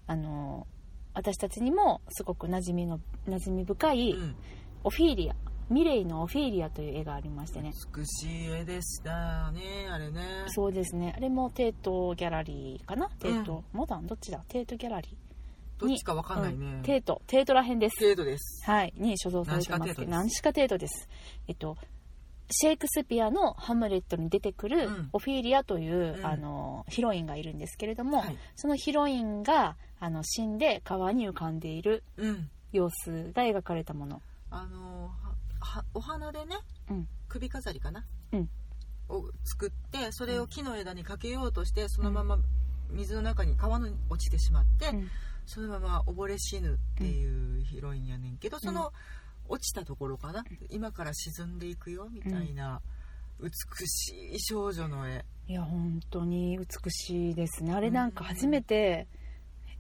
Speaker 1: あの私たちにもすごく馴染みの馴染み深
Speaker 2: う
Speaker 1: い
Speaker 2: ん
Speaker 1: オフィーリアミレイのオフィーリアという絵がありましてね
Speaker 2: 美しい絵でしたねあれね
Speaker 1: そうですねあれもテートギャラリーかなテート、モダンどっちだテートギャラリ
Speaker 2: どっちかわかんないね、
Speaker 1: ーテートテートら辺です
Speaker 2: 程度です
Speaker 1: はい、に所蔵されてますけど、何
Speaker 2: 何
Speaker 1: しか程度です。えっと、シェイクスピアの「ハムレット」に出てくる
Speaker 2: うん
Speaker 1: オフィーリアという、
Speaker 2: うん
Speaker 1: あのヒロインがいるんですけれども、
Speaker 2: はい
Speaker 1: そのヒロインがあの死んで川に浮かんでいる
Speaker 2: うん
Speaker 1: 様子が描かれたもの
Speaker 2: あのははお花でね、
Speaker 1: うん
Speaker 2: 首飾りかな、
Speaker 1: うん
Speaker 2: を作ってそれを木の枝にかけようとしてそのまま水の中に川に落ちてしまって、
Speaker 1: うん
Speaker 2: そのまま溺れ死ぬっていうヒロインやねんけど、その落ちたところかな今から沈んでいくよみたいな美しい少女の絵
Speaker 1: いや本当に美しいですねあれなんか初めて、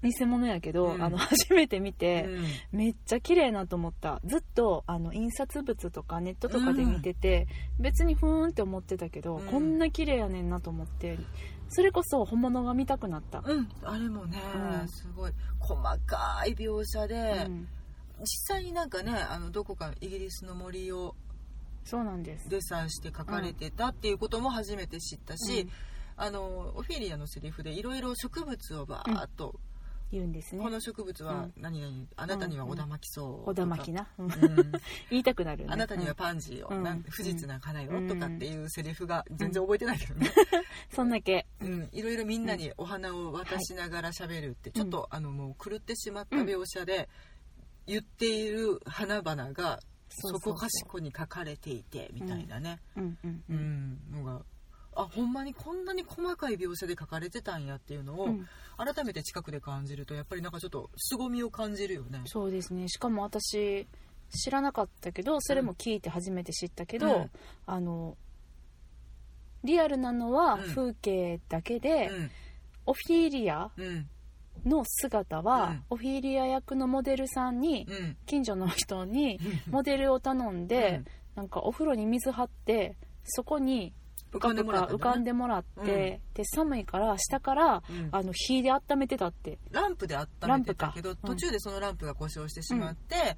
Speaker 1: 偽物やけど、
Speaker 2: うん
Speaker 1: あの初めて見て、
Speaker 2: うん
Speaker 1: めっちゃ綺麗なと思ったずっとあの印刷物とかネットとかで見てて、別にふーんって思ってたけど、
Speaker 2: うん
Speaker 1: こんな綺麗やねんなと思ってそれこそ本物が見たくなった、
Speaker 2: うん、あれもね、
Speaker 1: うん
Speaker 2: すごい細かい描写で、
Speaker 1: うん
Speaker 2: 実際になんかねあのどこかイギリスの森を
Speaker 1: そうなんです
Speaker 2: デッサンして書かれてたっていうことも初めて知ったし、
Speaker 1: うん
Speaker 2: あのオフィリアのセリフでいろいろ植物をバーッと、
Speaker 1: 言うんです
Speaker 2: こ
Speaker 1: ね
Speaker 2: の植物は何々、あなたにはオダマキソウ
Speaker 1: 小玉き
Speaker 2: な、
Speaker 1: なうん
Speaker 2: うん
Speaker 1: 言いたくなる、ね、
Speaker 2: あなたにはパンジーを、
Speaker 1: うん
Speaker 2: なん
Speaker 1: うん
Speaker 2: 不実な花よ
Speaker 1: うん
Speaker 2: とかっていうセリフが全然覚えてないけどね、
Speaker 1: うんそんだけ
Speaker 2: うん、いろいろみんなにお花を渡しながら喋るって、
Speaker 1: はい
Speaker 2: ちょっとあのもう狂ってしまった描写で、言っている花々がそこかしこに書かれていてみたいなね、
Speaker 1: うんうん
Speaker 2: う
Speaker 1: うんん
Speaker 2: のがあほんまにこんなに細かい描写で書かれてたんやっていうの
Speaker 1: う
Speaker 2: を
Speaker 1: ん
Speaker 2: 改めて近くで感じるとやっぱりなんかちょっと凄みを感じるよね。
Speaker 1: そうですねしかも私知らなかったけどそれも聞いて初めて知ったけど、
Speaker 2: うん
Speaker 1: あのリアルなのは
Speaker 2: うん
Speaker 1: 風景だけで、
Speaker 2: うん
Speaker 1: オフィーリア
Speaker 2: うん
Speaker 1: の姿は、
Speaker 2: うん
Speaker 1: オフィーリア役のモデルさんに
Speaker 2: うん
Speaker 1: 近所の人にモデルを頼んで、
Speaker 2: うん
Speaker 1: なんかお風呂に水張ってそこに
Speaker 2: 浮かんでもらった
Speaker 1: 浮かん
Speaker 2: で、
Speaker 1: でもらって、で寒いから下から
Speaker 2: うん
Speaker 1: あの火で温めてたって
Speaker 2: ランプで温めてたけ
Speaker 1: ラ
Speaker 2: ど
Speaker 1: ンプかう
Speaker 2: 途
Speaker 1: ん
Speaker 2: 中でそのランプが故障してしまって、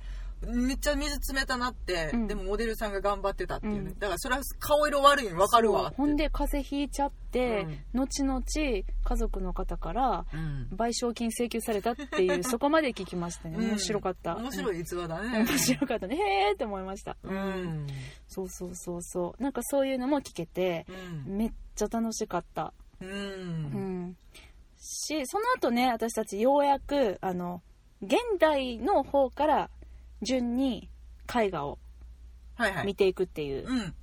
Speaker 2: めっちゃ水冷たなって、
Speaker 1: うん
Speaker 2: でもモデルさんが頑張ってたっていうね、
Speaker 1: うん
Speaker 2: だからそれは顔色悪いの分かるわっ
Speaker 1: そう
Speaker 2: て
Speaker 1: ほんで風邪ひいちゃって、後々家族の方から
Speaker 2: うん
Speaker 1: 賠償金請求されたって いうそこまで聞きましたね
Speaker 2: うん
Speaker 1: 面白かった、
Speaker 2: 面白い逸話だ
Speaker 1: うん
Speaker 2: ね
Speaker 1: 面白かったねへえって思いました、
Speaker 2: うん、うん
Speaker 1: そうそうそうそうなんかそういうのも聞けてめっちゃ楽しかった、
Speaker 2: うん
Speaker 1: うん、しその後ね私たちようやくあの現代の方から順に絵画を
Speaker 2: はいは
Speaker 1: 見
Speaker 2: い、
Speaker 1: ていくっていう、
Speaker 2: うん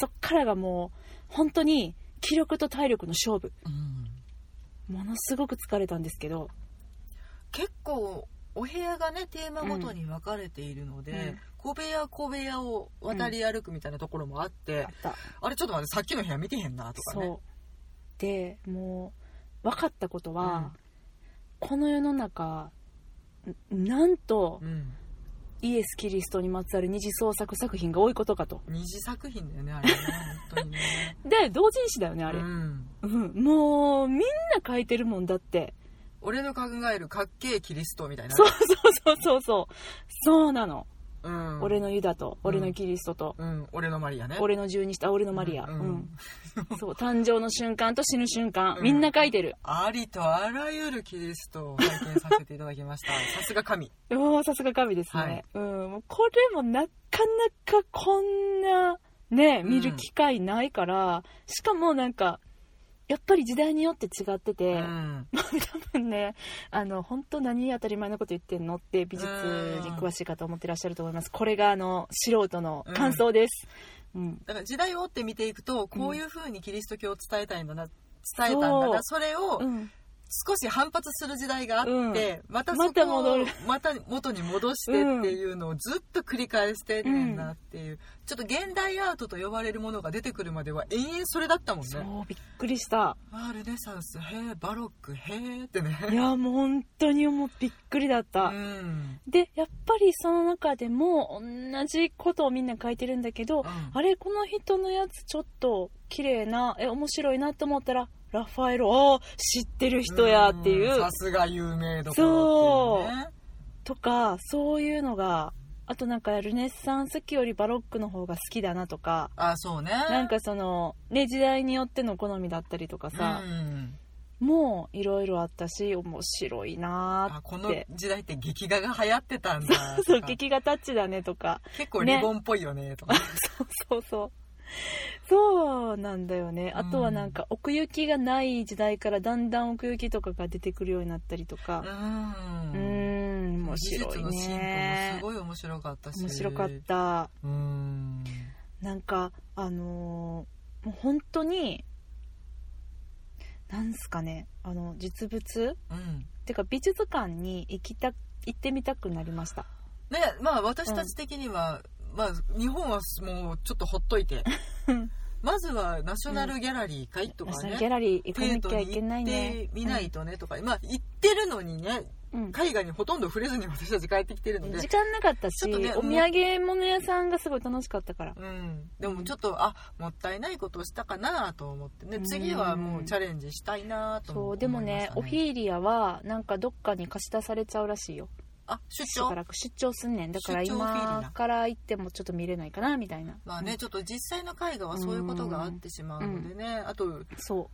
Speaker 1: そっからがもう本当に気力と体力の勝負
Speaker 2: うん
Speaker 1: ものすごく疲れたんですけど
Speaker 2: 結構お部屋がねテーマごとに分かれているので、
Speaker 1: うん
Speaker 2: 小部屋小部屋を渡り歩くみたいなところもあって、
Speaker 1: あった
Speaker 2: あれちょっと待ってさっきの部屋見てへんなとかね
Speaker 1: そうでもう分かったことは、この世の中んなんと
Speaker 2: うん
Speaker 1: イエス・キリストにまつわる二次創作作品が多いことかと
Speaker 2: 二次作品だよねあれね本当にね
Speaker 1: で同人誌だよ ねあれ、
Speaker 2: う
Speaker 1: うん
Speaker 2: ん、
Speaker 1: もうみんな書いてるもんだって
Speaker 2: 俺の考えるかっけえキリストみたいな
Speaker 1: そうそうそうそうそうそうなの、
Speaker 2: うん、
Speaker 1: 俺のユダと
Speaker 2: うん
Speaker 1: 俺のキリストと、
Speaker 2: うん、俺のマリアね
Speaker 1: 俺の十二した俺のマリア、
Speaker 2: う
Speaker 1: うんん
Speaker 2: うん
Speaker 1: そう誕生の瞬間と死ぬ瞬間、
Speaker 2: うん
Speaker 1: みんな書いてる
Speaker 2: ありとあらゆるキリストを拝見させていただきました さすが神
Speaker 1: うわーさすが神ですね、
Speaker 2: はい
Speaker 1: うんもうこれもなかなかこんなね
Speaker 2: うん
Speaker 1: 見る機会ないから、しかもなんかやっぱり時代によって違ってて、
Speaker 2: うん
Speaker 1: 多分ねあの本当何当たり前のこと言ってんのって美術に詳しい方思ってらっしゃると思いますこれがあの素人の感想です、うん
Speaker 2: だから時代を追って見ていくとこういう風にキリスト教を伝えたいんだな伝えたんだなそれを
Speaker 1: うん
Speaker 2: 少し反発する時代があって、またそ
Speaker 1: また
Speaker 2: こを
Speaker 1: 戻る
Speaker 2: また元に戻してっていうのをずっと繰り返してんねんなっていう、ちょっと現代アートと呼ばれるものが出てくるまでは延々それだったもん
Speaker 1: そう
Speaker 2: ね
Speaker 1: びっくりした
Speaker 2: あールネサンスへえバロックへえってね
Speaker 1: いやもう本当にもうびっくりだった、
Speaker 2: うん
Speaker 1: でやっぱりその中でも同じことをみんな書いてるんだけど、あれこの人のやつちょっと綺麗なえ面白いなと思ったらラファエロああ知ってる人やってい
Speaker 2: ん
Speaker 1: う
Speaker 2: さすが有名どころっていうね
Speaker 1: とかそういうのがあとなんかルネッサンス期よりバロックの方が好きだなとか
Speaker 2: あそうね
Speaker 1: なんかそのね時代によっての好みだったりとかさ
Speaker 2: う、ん
Speaker 1: もういろいろあったし面白いな
Speaker 2: あこの時代って劇画が流行ってたんだ
Speaker 1: ー
Speaker 2: と
Speaker 1: そう
Speaker 2: か
Speaker 1: 劇画タッチだねとか
Speaker 2: 結構リボンっぽいよねとか、
Speaker 1: そうそうそうなんだよね
Speaker 2: うん
Speaker 1: あとはなんか奥行きがない時代からだんだん奥行きとかが出てく るようになったりとか
Speaker 2: うん
Speaker 1: うーん面白い
Speaker 2: 技術の進歩も
Speaker 1: ね
Speaker 2: すごい面白かったし
Speaker 1: 面白かった
Speaker 2: うん
Speaker 1: なんかあのーもう本当になんすかねあの実物
Speaker 2: うん
Speaker 1: てか美術館に行きた行ってみたくなりました
Speaker 2: ねまあ私たち的には、まあ日本はもうちょっとほっとい てまずはナショナルギャラリーかいと
Speaker 1: ナ
Speaker 2: か
Speaker 1: ショナ
Speaker 2: ね
Speaker 1: ルギャラリー行か
Speaker 2: デ
Speaker 1: な
Speaker 2: ート
Speaker 1: きゃい
Speaker 2: に
Speaker 1: けな
Speaker 2: 行
Speaker 1: い
Speaker 2: って
Speaker 1: ね
Speaker 2: みないとねとか、まあ行ってるのにね
Speaker 1: うんうん
Speaker 2: 海外にほとんど触れずに私たち帰ってきてるので
Speaker 1: 時間なかったし、
Speaker 2: ちょっとね
Speaker 1: お土産物屋さんがすごい楽しかったから
Speaker 2: うん、でもちょっと、あもったいないことをしたかなと思ってね
Speaker 1: うん
Speaker 2: 次はもうチャレンジしたいなと
Speaker 1: そ
Speaker 2: 思
Speaker 1: う
Speaker 2: って
Speaker 1: でもねオフィーリアはなんかどっかに貸し出されちゃうらしいよ
Speaker 2: あ出
Speaker 1: しば
Speaker 2: 張
Speaker 1: らく出張すんねんだから
Speaker 2: 出張オフィーリア
Speaker 1: 今から行ってもちょっと見れないかなみたいな
Speaker 2: まあね、ちょっと実際の絵画はそういうことがあってしまうのでね、あと、うん
Speaker 1: そ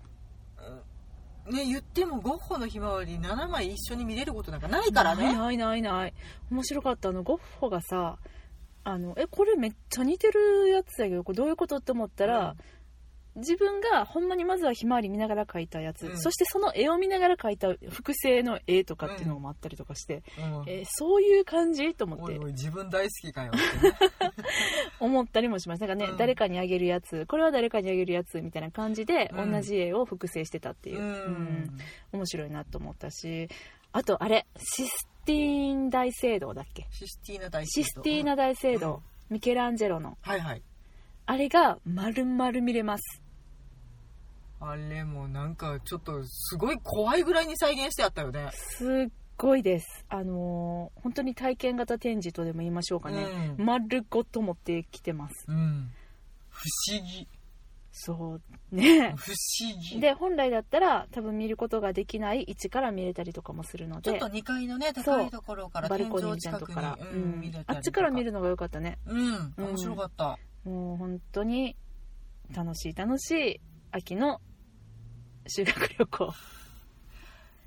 Speaker 2: ね、言ってもゴッホのひまわり7枚一緒に見れることなんかないうからね
Speaker 1: ないないないない面白かったあのゴッホがさあのえこれめっちゃ似てるやつだけどこれどういうことって思ったら、自分がほんまにまずはひまわり見ながら描いたやつ、
Speaker 2: うん
Speaker 1: そしてその絵を見ながら描いた複製の絵とかっていうのもあったりとかして、
Speaker 2: うん
Speaker 1: えそういう感じと思っ
Speaker 2: おい
Speaker 1: て
Speaker 2: おい自分大好きかよって ね
Speaker 1: 思ったりもしましたなんかね、
Speaker 2: うん
Speaker 1: 誰かにあげるやつこれは誰かにあげるやつみたいな感じで、
Speaker 2: うん
Speaker 1: 同じ絵を複製してたっていう、
Speaker 2: う
Speaker 1: うん
Speaker 2: ん
Speaker 1: 面白いなと思ったしあとあれシスティーン大聖堂だっけ
Speaker 2: システィーナ大好き
Speaker 1: システィーナ大聖堂、ミケランジェロの
Speaker 2: はいはい
Speaker 1: あれが丸々見れます
Speaker 2: あれもなんかちょっとすごい怖いぐらいに再現してあったよね
Speaker 1: すっごいですあのー本当に体験型展示とでも言いましょうかね、
Speaker 2: うん
Speaker 1: 丸ごと持ってきてます
Speaker 2: うん、不思議
Speaker 1: そうね
Speaker 2: 不思議
Speaker 1: で本来だったら多分見ることができない位置から見れたりとかもするの
Speaker 2: ちょっ
Speaker 1: で
Speaker 2: と2階のね
Speaker 1: そう
Speaker 2: 高いところから
Speaker 1: バ
Speaker 2: 天
Speaker 1: ル
Speaker 2: 井
Speaker 1: コニーみたい
Speaker 2: 近
Speaker 1: なと
Speaker 2: く
Speaker 1: こ
Speaker 2: に
Speaker 1: から、
Speaker 2: う
Speaker 1: うんん
Speaker 2: 見れたりと
Speaker 1: あっちから見るのが良かったね
Speaker 2: うん
Speaker 1: うん
Speaker 2: 面白かった、
Speaker 1: もう本当に楽しい楽しい秋の修学旅行、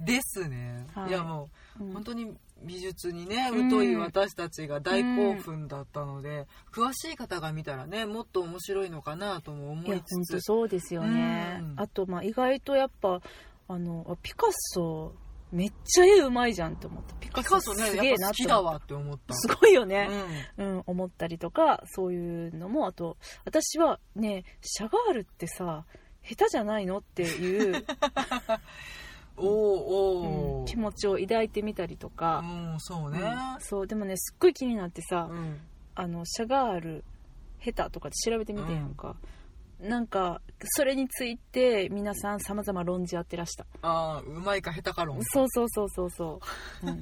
Speaker 2: ですね、
Speaker 1: はい
Speaker 2: い、やも
Speaker 1: う
Speaker 2: うん本当に美術にね
Speaker 1: うん
Speaker 2: 疎い私たちが大興奮だったので、詳しい方が見たらねもっと面白いのかなとも
Speaker 1: い
Speaker 2: 思
Speaker 1: や
Speaker 2: いつ
Speaker 1: 本当
Speaker 2: つ
Speaker 1: そうですよね、
Speaker 2: うん
Speaker 1: あとまあ意外とやっぱあのあピカソめっちゃ絵うまいじゃんって思ったピ
Speaker 2: ピ
Speaker 1: カ
Speaker 2: カ
Speaker 1: ソ
Speaker 2: ソ
Speaker 1: す
Speaker 2: ね
Speaker 1: げえ
Speaker 2: やっぱ
Speaker 1: な
Speaker 2: 好
Speaker 1: って
Speaker 2: き
Speaker 1: 思
Speaker 2: だ
Speaker 1: っ
Speaker 2: わって思っ
Speaker 1: た
Speaker 2: た
Speaker 1: すごいよ
Speaker 2: う
Speaker 1: ね、
Speaker 2: ん
Speaker 1: うん、思ったりとかそういうのもあと私は ねシャガールってさ下手じゃないのっていうう
Speaker 2: おーお
Speaker 1: ん
Speaker 2: ー
Speaker 1: 気持ちを抱いてみたりとか、
Speaker 2: うんそう
Speaker 1: う
Speaker 2: ね
Speaker 1: んそうでもねすっごい気になってさ、
Speaker 2: うん
Speaker 1: あのシャガールヘタとかで調べてみてんやんか、なんかそれについて皆さん様々論じ合ってらした
Speaker 2: ああうまいか下手か論
Speaker 1: そうそうそうそうそう、うん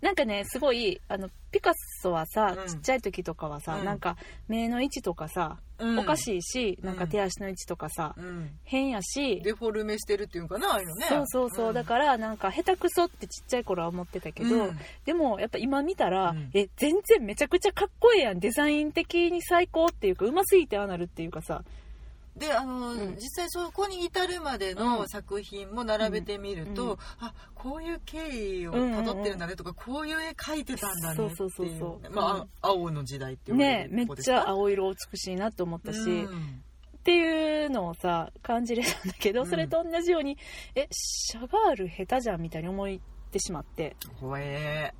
Speaker 1: なんかねすごいあのピカソはさ、
Speaker 2: うん
Speaker 1: ちっちゃい時とかはさ、
Speaker 2: うん
Speaker 1: なんか目の位置とかさ、
Speaker 2: うん
Speaker 1: おかしいしなん
Speaker 2: う
Speaker 1: か
Speaker 2: ん
Speaker 1: 手足の位置とかさ、
Speaker 2: うん
Speaker 1: 変やし
Speaker 2: デフォルメしてるっていうかなああいうのね
Speaker 1: そうそうそう、だからなんか下手くそってちっちゃい頃は思ってたけど、
Speaker 2: うん
Speaker 1: でもやっぱ今見たら、
Speaker 2: うん
Speaker 1: え全然めちゃくちゃかっこええやんデザイン的に最高っていうかうますぎてああなるっていうかさ
Speaker 2: であの、
Speaker 1: うん
Speaker 2: 実際そこに至るまで
Speaker 1: う
Speaker 2: の
Speaker 1: ん
Speaker 2: 作品も並べてみると、
Speaker 1: うんう
Speaker 2: あこういう経緯をたどってるんだねとか、こういう絵描いてたんだねってい
Speaker 1: そうそうそうそうう
Speaker 2: ま
Speaker 1: ん
Speaker 2: あ青の時代って言われ
Speaker 1: ね
Speaker 2: る
Speaker 1: めっ
Speaker 2: とこです
Speaker 1: ち
Speaker 2: か
Speaker 1: ゃ青色美しいなって思ったし、
Speaker 2: うん
Speaker 1: っていうのをさ感じれたんだけど、
Speaker 2: うん
Speaker 1: それと同じようにえシャガール下手じゃんみたいに思ってしまって
Speaker 2: 怖え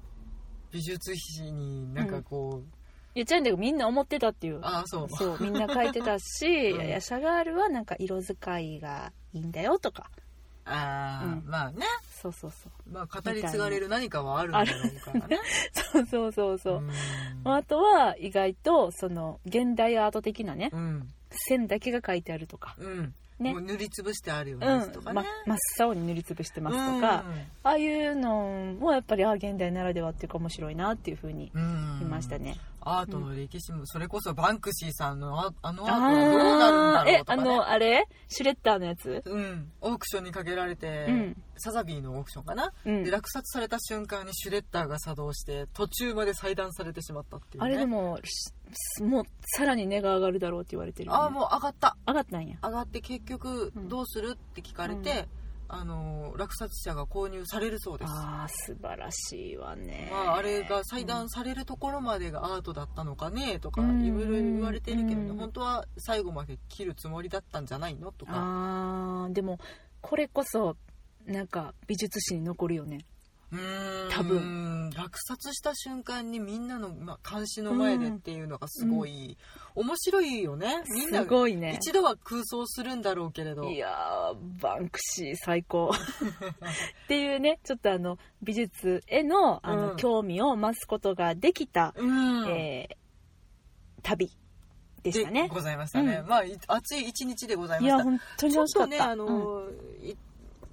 Speaker 2: 美術史になんかこう、
Speaker 1: 言っちゃうんだけどみんな思ってたっていう
Speaker 2: ああ そう
Speaker 1: そうみんな書いてたし、いやい
Speaker 2: うん
Speaker 1: やシャガールはなんか色使いがいいんだよとか
Speaker 2: ああ、
Speaker 1: うん
Speaker 2: まあね
Speaker 1: そうそうそう
Speaker 2: まあ語り継がれる何かはあるんだろうからね
Speaker 1: そうそうそうそう、
Speaker 2: ん
Speaker 1: あとは意外とその現代アート的なね
Speaker 2: うん
Speaker 1: 線だけが書いてあるとか、
Speaker 2: うん、
Speaker 1: ね
Speaker 2: もう塗りつぶしてあるよ
Speaker 1: う
Speaker 2: うんなやつとかね
Speaker 1: ま、真っ青に塗りつぶしてますとか、ああいうのもやっぱりああ現代ならではっていうか面白いなっていうふうに
Speaker 2: うん、うん
Speaker 1: 見ましたね、
Speaker 2: アートの歴史も、それこそバンクシーさんのああのアートはどうな
Speaker 1: あー
Speaker 2: るんだろ
Speaker 1: え
Speaker 2: うと
Speaker 1: あ
Speaker 2: かね
Speaker 1: のあれシュレッダーのやつ
Speaker 2: うん、オークションにかけられて、
Speaker 1: うん
Speaker 2: サザビーのオークションかな、
Speaker 1: うん
Speaker 2: で落札された瞬間にシュレッダーが作動して途中まで裁断されてしまったっていう、
Speaker 1: あ
Speaker 2: ね、
Speaker 1: れでもしもうさらに値が上がるだろうって言われてるよね
Speaker 2: ああもう上がった
Speaker 1: 上がったんや
Speaker 2: 上がって結局
Speaker 1: うん
Speaker 2: どうするって聞かれて、あの落札者が購入されるそうです
Speaker 1: あー素晴らしいわね
Speaker 2: まあ、あれが裁断されるところまでがアートだったのかねとかいろいろ言われてるけれど、
Speaker 1: うん
Speaker 2: 本当は最後まで切るつもりだったんじゃないのと
Speaker 1: うん
Speaker 2: か、
Speaker 1: あーでもこれこそなんか美術史に残るよね
Speaker 2: うーん
Speaker 1: 多
Speaker 2: 分落札した瞬間にみんなの、まあ、監視の前でっていうのがすごい、面白いよねみんな
Speaker 1: すごいね
Speaker 2: 一度は空想するんだろうけれど
Speaker 1: いやーバンクシー最 高っていうねちょっとあの美術へのあの、
Speaker 2: うん
Speaker 1: 興味を増すことができた、
Speaker 2: うん、
Speaker 1: えー旅でした
Speaker 2: で
Speaker 1: ね
Speaker 2: ございましたね、
Speaker 1: う
Speaker 2: まあい暑い一日でござい
Speaker 1: い
Speaker 2: まし
Speaker 1: や
Speaker 2: た
Speaker 1: 本当に
Speaker 2: ちょっ
Speaker 1: 楽しか
Speaker 2: と
Speaker 1: った
Speaker 2: ねあの、
Speaker 1: うん
Speaker 2: い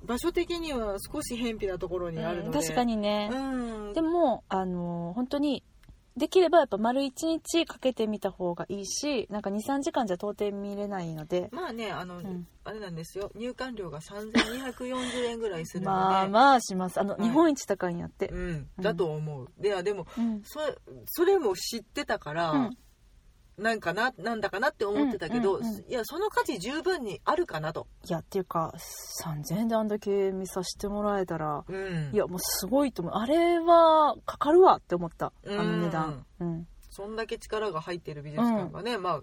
Speaker 2: 場所的には少し偏僻なところにあるので、
Speaker 1: うん確かにね、
Speaker 2: うん
Speaker 1: でもあの本当にできればやっぱ丸一日かけてみた方がいいしなんか23時間じゃ到底見れないので、
Speaker 2: まあねあの、
Speaker 1: ん
Speaker 2: あれなんですよ入館料が3240円ぐらいするので、
Speaker 1: まあまあしますあの、
Speaker 2: はい
Speaker 1: 日本一高いんやって
Speaker 2: う、ん、だと思うであでも
Speaker 1: うん
Speaker 2: そそれも知ってたから、
Speaker 1: うん
Speaker 2: なんかななんだかなって思ってたけど、
Speaker 1: うんうんうん
Speaker 2: いやその価値十分にあるかなと、
Speaker 1: いやっていうか3000円であんだけ見させてもらえたら
Speaker 2: うん
Speaker 1: いやもうすごいと思うあれはかかるわって思ったあの値段うん
Speaker 2: そんだけ力が入ってる美術館がね、まあ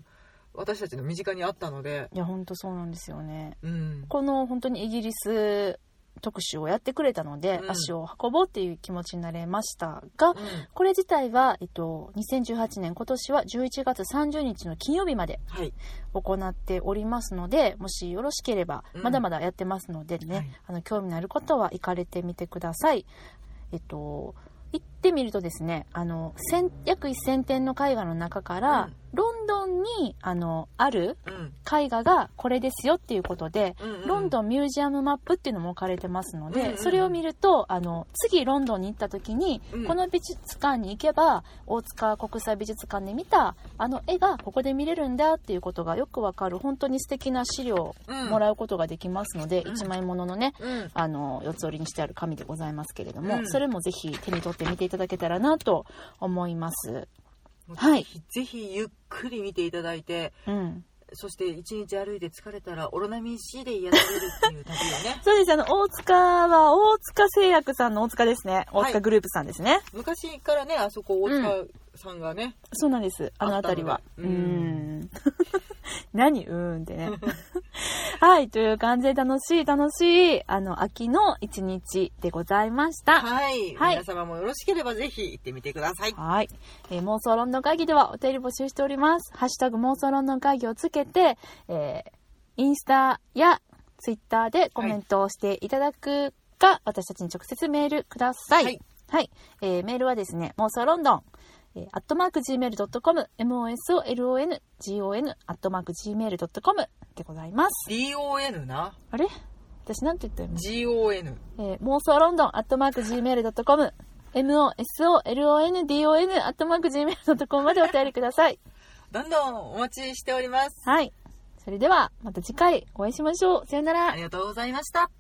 Speaker 2: 私たちの身近にあったので、
Speaker 1: いや本当そうなんですよね
Speaker 2: うん、
Speaker 1: この本当にイギリス特集をやってくれたので、
Speaker 2: うん
Speaker 1: 足を運ぼうっていう気持ちになれましたが
Speaker 2: うん
Speaker 1: これ自体は、えっと、2018年今年は11月30日の金曜日まで
Speaker 2: はい
Speaker 1: 行っておりますのでもしよろしければ
Speaker 2: うん
Speaker 1: まだまだやってますのでね、
Speaker 2: はい
Speaker 1: あの興味のある方は行かれてみてください。えっと行ってみるとですねあの1000約1,000点の絵画の中から、
Speaker 2: うん
Speaker 1: ロンドンにあのある
Speaker 2: うん
Speaker 1: 絵画がこれですよっていうことで、
Speaker 2: うんうん
Speaker 1: ロンドンミュージアムマップっていうのも置かれてますので、
Speaker 2: うんうん
Speaker 1: それを見るとあの次ロンドンに行った時に、
Speaker 2: うん
Speaker 1: この美術館に行けば大塚国際美術館で見たあの絵がここで見れるんだっていうことがよくわかる本当に素敵な資料を
Speaker 2: うん
Speaker 1: もらうことができますので、
Speaker 2: うん
Speaker 1: 一枚もののね
Speaker 2: うん
Speaker 1: あの四つ折りにしてある紙でございますけれども、
Speaker 2: うん
Speaker 1: それもぜひ手に取って見ていただけたらなと思います。はい
Speaker 2: ぜひゆっくり見ていただいて
Speaker 1: うん、
Speaker 2: そして一日歩いて疲れたらオロナミン C で癒されるっていう旅を ね
Speaker 1: そうですあの大塚は大塚製薬さんの大塚ですね大
Speaker 2: はい
Speaker 1: 塚グループさんですね。
Speaker 2: 昔からねあそこ大塚さんがね、
Speaker 1: そうなんです。あの辺りは。
Speaker 2: あ
Speaker 1: う
Speaker 2: っ
Speaker 1: ー
Speaker 2: たのね
Speaker 1: ん。 何うーんってね。 はい。という感じで楽しい楽しい、あの、秋の一日でございました。
Speaker 2: はい、
Speaker 1: はい
Speaker 2: 皆様もよろしければぜひ行ってみてください
Speaker 1: はい、えー妄想論の会議ではお便り募集しております。ハッシュタグ妄想論の会議をつけて、えーインスタやツイッターでコメントをしていただくか、私たちに直接メールください。
Speaker 2: は
Speaker 1: はい
Speaker 2: い。
Speaker 1: えーメールはですね、妄想ロンドン、えー、アットマーク Gmail.com、mosolongon、アットマーク Gmail.com でございます。
Speaker 2: DON な
Speaker 1: あれ私なんて言ったよね。
Speaker 2: GON
Speaker 1: えー、妄想ロンドン、アットマーク Gmail.com、mosolondon、アットマーク Gmail.com までお便りください。
Speaker 2: どんどんお待ちしております
Speaker 1: はい。それでは、また次回お会いしましょう。さよなら
Speaker 2: あ。りがとうございました